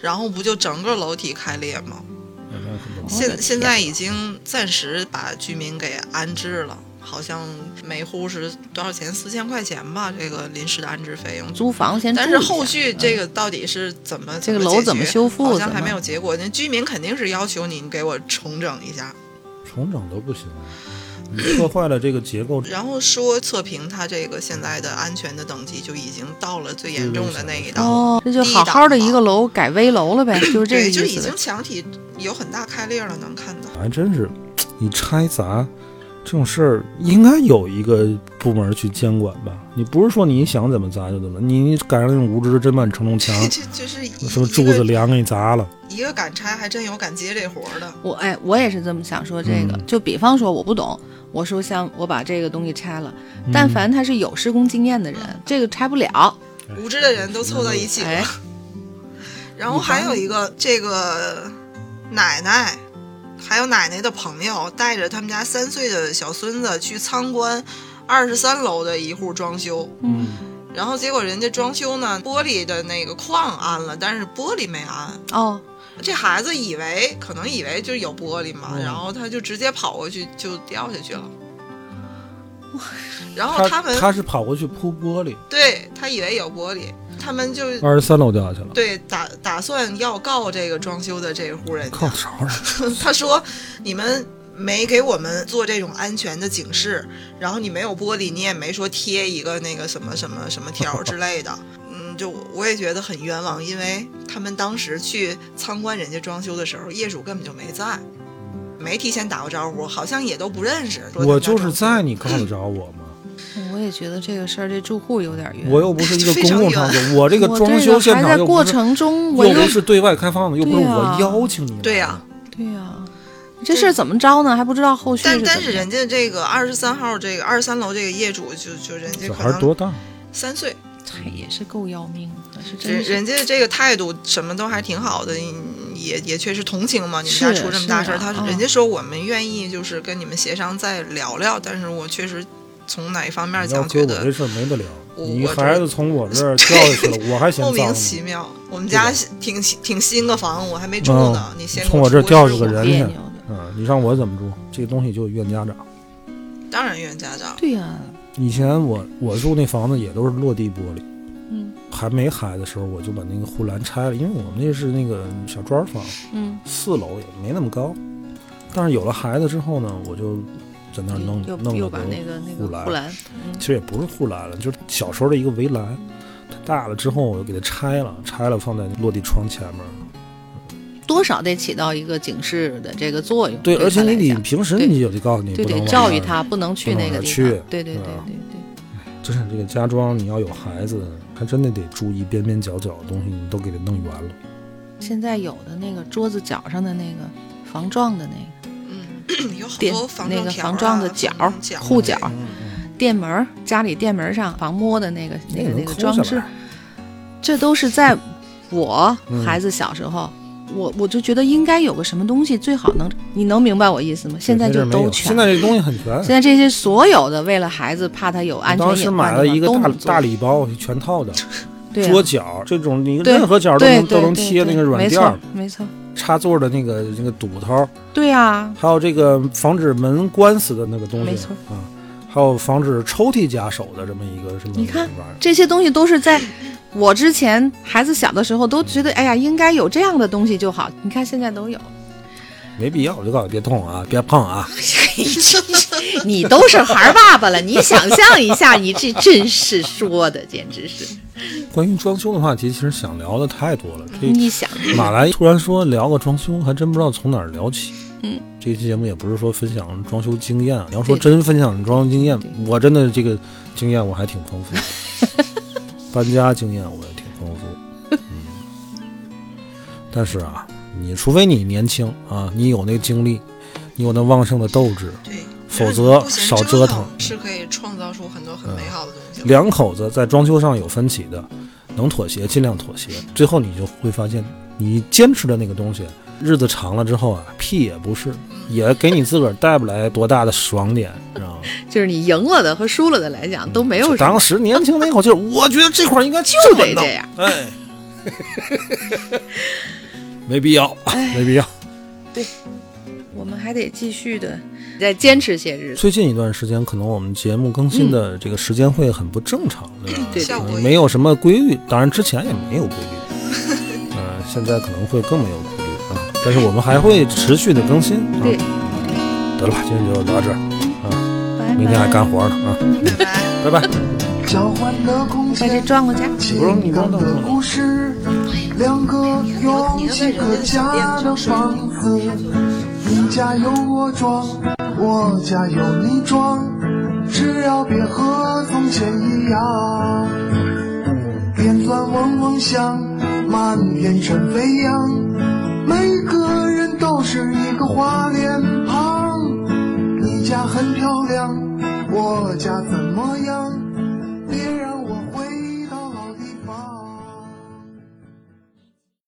C: 然后不就整个楼体开裂吗？
A: 那嗯那可不
B: 我的
C: 现
B: 哦天
C: 现在已经暂时把居民给安置了，好像每户是多少钱？四千块钱吧，这个临时的安置费用。
B: 租房先住一
C: 但
B: 下。
C: 是后续这
B: 嗯
C: 个到底是怎么
B: 这个
C: 解
B: 楼
C: 决
B: 怎么修复，
C: 好像
B: 怎
C: 还没
B: 么
C: 有结果。那居民肯定是要求你给我重整一下，
A: 重整都不行，啊你破坏了这个结构，
C: 然后说测评它这个现在的安全的等级就已经到了最严重的那一档，
B: 哦，这就
C: 第一
B: 好好
C: 档
B: 的一
C: 嘛
B: 个楼改危楼了呗，就是这个
C: 对，
B: 意
C: 就已
B: 思呗
C: 经。墙体有很大开裂了，能看到。
A: 还真是，你拆砸这种事儿应该有一个部门去监管吧？你不是说你想怎么砸就怎么，你赶上那种无知，真把你承重墙
C: 这 就是一
A: 什么柱子梁给你砸了，
C: 一个一个敢拆，还真有敢接这活儿的。
B: 我哎，我也是这么想说这个。
A: 嗯
B: 就比方说，我不懂，我说像我把这个东西拆了，
A: 嗯
B: 但凡他是有施工经验的人，这个拆不了。
C: 无知的人都凑到一
A: 嗯
C: 起
B: 哎
C: 了。然后还有一个这个奶奶，还有奶奶的朋友带着他们家三岁的小孙子去参观二十三楼的一户装修，
A: 嗯，
C: 然后结果人家装修呢，玻璃的那个框安了，但是玻璃没安。
B: 哦，
C: 这孩子以为可能以为就是有玻璃嘛，
A: 嗯
C: 然后他就直接跑过去就掉下去了。然后
A: 他
C: 他们
A: 他是跑过去铺玻璃，
C: 对他以为有玻璃，他们就
A: 二十三楼掉下去了，
C: 对，打打算要告这个装修的这户人
A: 靠
C: 家。
A: 勺了，
C: 他说：“你们没给我们做这种安全的警示，然后你没有玻璃，你也没说贴一个那个什么什么什么条儿之类的。” 嗯，就我也觉得很冤枉，因为他们当时去参观人家装修的时候，业主根本就没在，没提前打过招呼，好像也都不认识。说他们
A: 我
C: 家
A: 就是
C: 装修
A: 在你告得着我吗？
B: 我也觉得这个事儿对住户有点冤。
A: 我又不是一个公共场所，我这
B: 这
A: 个装修现
B: 还
A: 场
B: 在
A: 又
B: 过
A: 不是
B: 程中，我
A: 又
B: 又
A: 不是对外开放的，又不是
B: 对
A: 我
B: 啊
A: 邀请你来的，
C: 对呀、
B: 对呀、这事儿怎么着呢？还不知道后续
C: 但
B: 怎
C: 但
B: 么
C: 是
B: 样
C: 人家这个二十三号这个二十三楼这个业主就就人家
A: 小
C: 可
A: 孩
C: 能
A: 多大？
C: 三岁。
B: 哎也是够要命的，是真
C: 人
B: 是
C: 人家这个态度什么都还挺好的，嗯也也确实同情嘛。你们家
B: 是
C: 出这么大事儿，
B: 是啊
C: 他
B: 嗯
C: 人家说我们愿意就是跟你们协商再聊聊，但是我确实从哪一方面
A: 你要
C: 讲
A: 搁
C: 觉
A: 我
C: 得
A: 这事儿没得聊，
C: 我
A: 你
C: 我
A: 孩
C: 这
A: 子从我这儿掉下去了，我还嫌
C: 莫
A: 脏
C: 名
A: 呢。
C: 其妙。我们
A: 对吧
C: 家挺挺新个房，我还没住
A: 嗯
C: 呢，你先
A: 从
C: 我
A: 我这
C: 出
A: 调
C: 去
A: 出个
C: 我
A: 人
B: 别
A: 家
B: 扭的。
A: 嗯，你让我怎么住？这个东西就怨家长。
C: 当然怨家长。
B: 对呀、
A: 以前我我住那房子也都是落地玻璃，
B: 嗯
A: 还没孩子的时候我就把那个护栏拆了，因为我们那是那个小砖房，
B: 嗯，
A: 四楼也没那么高。但是有了孩子之后呢，我就在那儿弄
B: 又
A: 弄
B: 又
A: 了
B: 把
A: 个
B: 那个那个
A: 护栏
B: 护栏，嗯
A: 其实也不是护栏了，就是小时候的一个围栏。它大了之后，我就给它拆了，拆了放在落地窗前面。
B: 多少得起到一个警示的这个作用。
A: 对，而且
B: 他来
A: 你得
B: 讲
A: 平时
B: 对
A: 你就得告诉你
B: 就
A: 不能
B: 得
A: 往
B: 教
A: 那
B: 育
A: 儿
B: 他，不能去
A: 不
B: 那
A: 能
B: 个
A: 往那
B: 地
A: 儿
B: 方
A: 去。
B: 对对对
A: 是吧
B: 对对，
A: 就是这个家装，你要有孩子，还真的得注意边边角角的东西，你都给它弄圆了。
B: 现在有的那个桌子角上的那个防撞的那个
C: 嗯， 有好
B: 电
C: 多防
B: 那
C: 撞
B: 个
C: 条、啊、
B: 防撞的角
C: 防
B: 护角，
A: 嗯，
B: 店门儿，家里店门儿上防摸的那个那个
A: 能
B: 那个
A: 抠
B: 装
A: 下
B: 置
A: 来，，
B: 这都是在我
A: 嗯
B: 孩子小时候。我我就觉得应该有个什么东西最好能，你能明白我意思吗？现在
A: 这
B: 就
A: 事儿没
B: 都
A: 有
B: 全
A: 现。在这东西很全。
B: 现在这些所有的为了孩子怕他有安
A: 当
B: 全
A: 时
B: 隐患
A: 买
B: 的
A: 了一
B: 地
A: 个
B: 方都
A: 大
B: 能做
A: 大礼包，全套的，
B: 对啊
A: 桌角这种，你
B: 对
A: 任何角都
B: 对
A: 能都
B: 对
A: 能
B: 对
A: 贴那
B: 对
A: 个软
B: 没
A: 垫儿
B: 错，没错，
A: 插座的那个那个堵头，
B: 对啊，
A: 还有这个防止门关死的那个东西，
B: 没错
A: 啊，还有防止抽屉夹手的这么一个什么
B: 你看
A: 玩意儿。
B: 这些东西都是在我之前孩子小的时候都觉得，哎呀，应该有这样的东西就好。你看现在都有，
A: 没必要，我就告诉你别动啊，别碰啊。
B: 你都是孩儿爸爸了，你想象一下，你这真是说的，简直是
A: 关于装修的话题，其实想聊的太多了。这
B: 你想
A: 马来突然说聊个装修，还真不知道从哪儿聊起。
B: 嗯，
A: 这期节目也不是说分享装修经验，你要说
B: 对
A: 真分享装修经验
B: 对，
A: 我真的这个经验我还挺丰富的， 搬家经验我也挺丰富。嗯，但是啊，你除非你年轻啊，你有那个精力，你有那旺盛的斗志，
C: 对，
A: 否
C: 就是你
A: 则
C: 不嫌
A: 少
C: 折
A: 折腾。
C: 是可以创造出很多很美好的东西的。
A: 两口子在装修上有分歧的，能妥协尽量妥协。最后你就会发现，你坚持的那个东西，日子长了之后啊，屁也不是，也给你自个儿带不来多大的爽 点，你知道吗？
B: 就是你赢了的和输了的来讲都没有什么
A: 当，时年轻那口气儿，我觉得这块儿应该就
B: 就得这样。
A: 哎，没必 要， 没必要。
B: 哎我们还得继续的再坚持些日子。
A: 最近一段时间，可能我们节目更新的这个时间会很不正常，对 吧？
B: 对
C: 效
A: 嗯
C: 果
A: 没有什么规律，当然之前也没有规律，嗯、现在可能会更没有规律啊。但是我们还会持续的更新。啊、
B: 对，
A: 得了吧，今天就聊到这儿，
B: 拜
A: 明天还
B: 拜，
A: 干活呢啊，
C: 拜拜。
A: 拜拜。
D: 交换的空
B: 把这
D: 间，
B: 转过去。
D: 情感的故事，两个有几个家的房子，你家有我装，我家有你装，只要别和从前一样。边钻嗡嗡响，满天尘飞扬，每个人都是一个花脸庞。你家很漂亮，我家怎么样？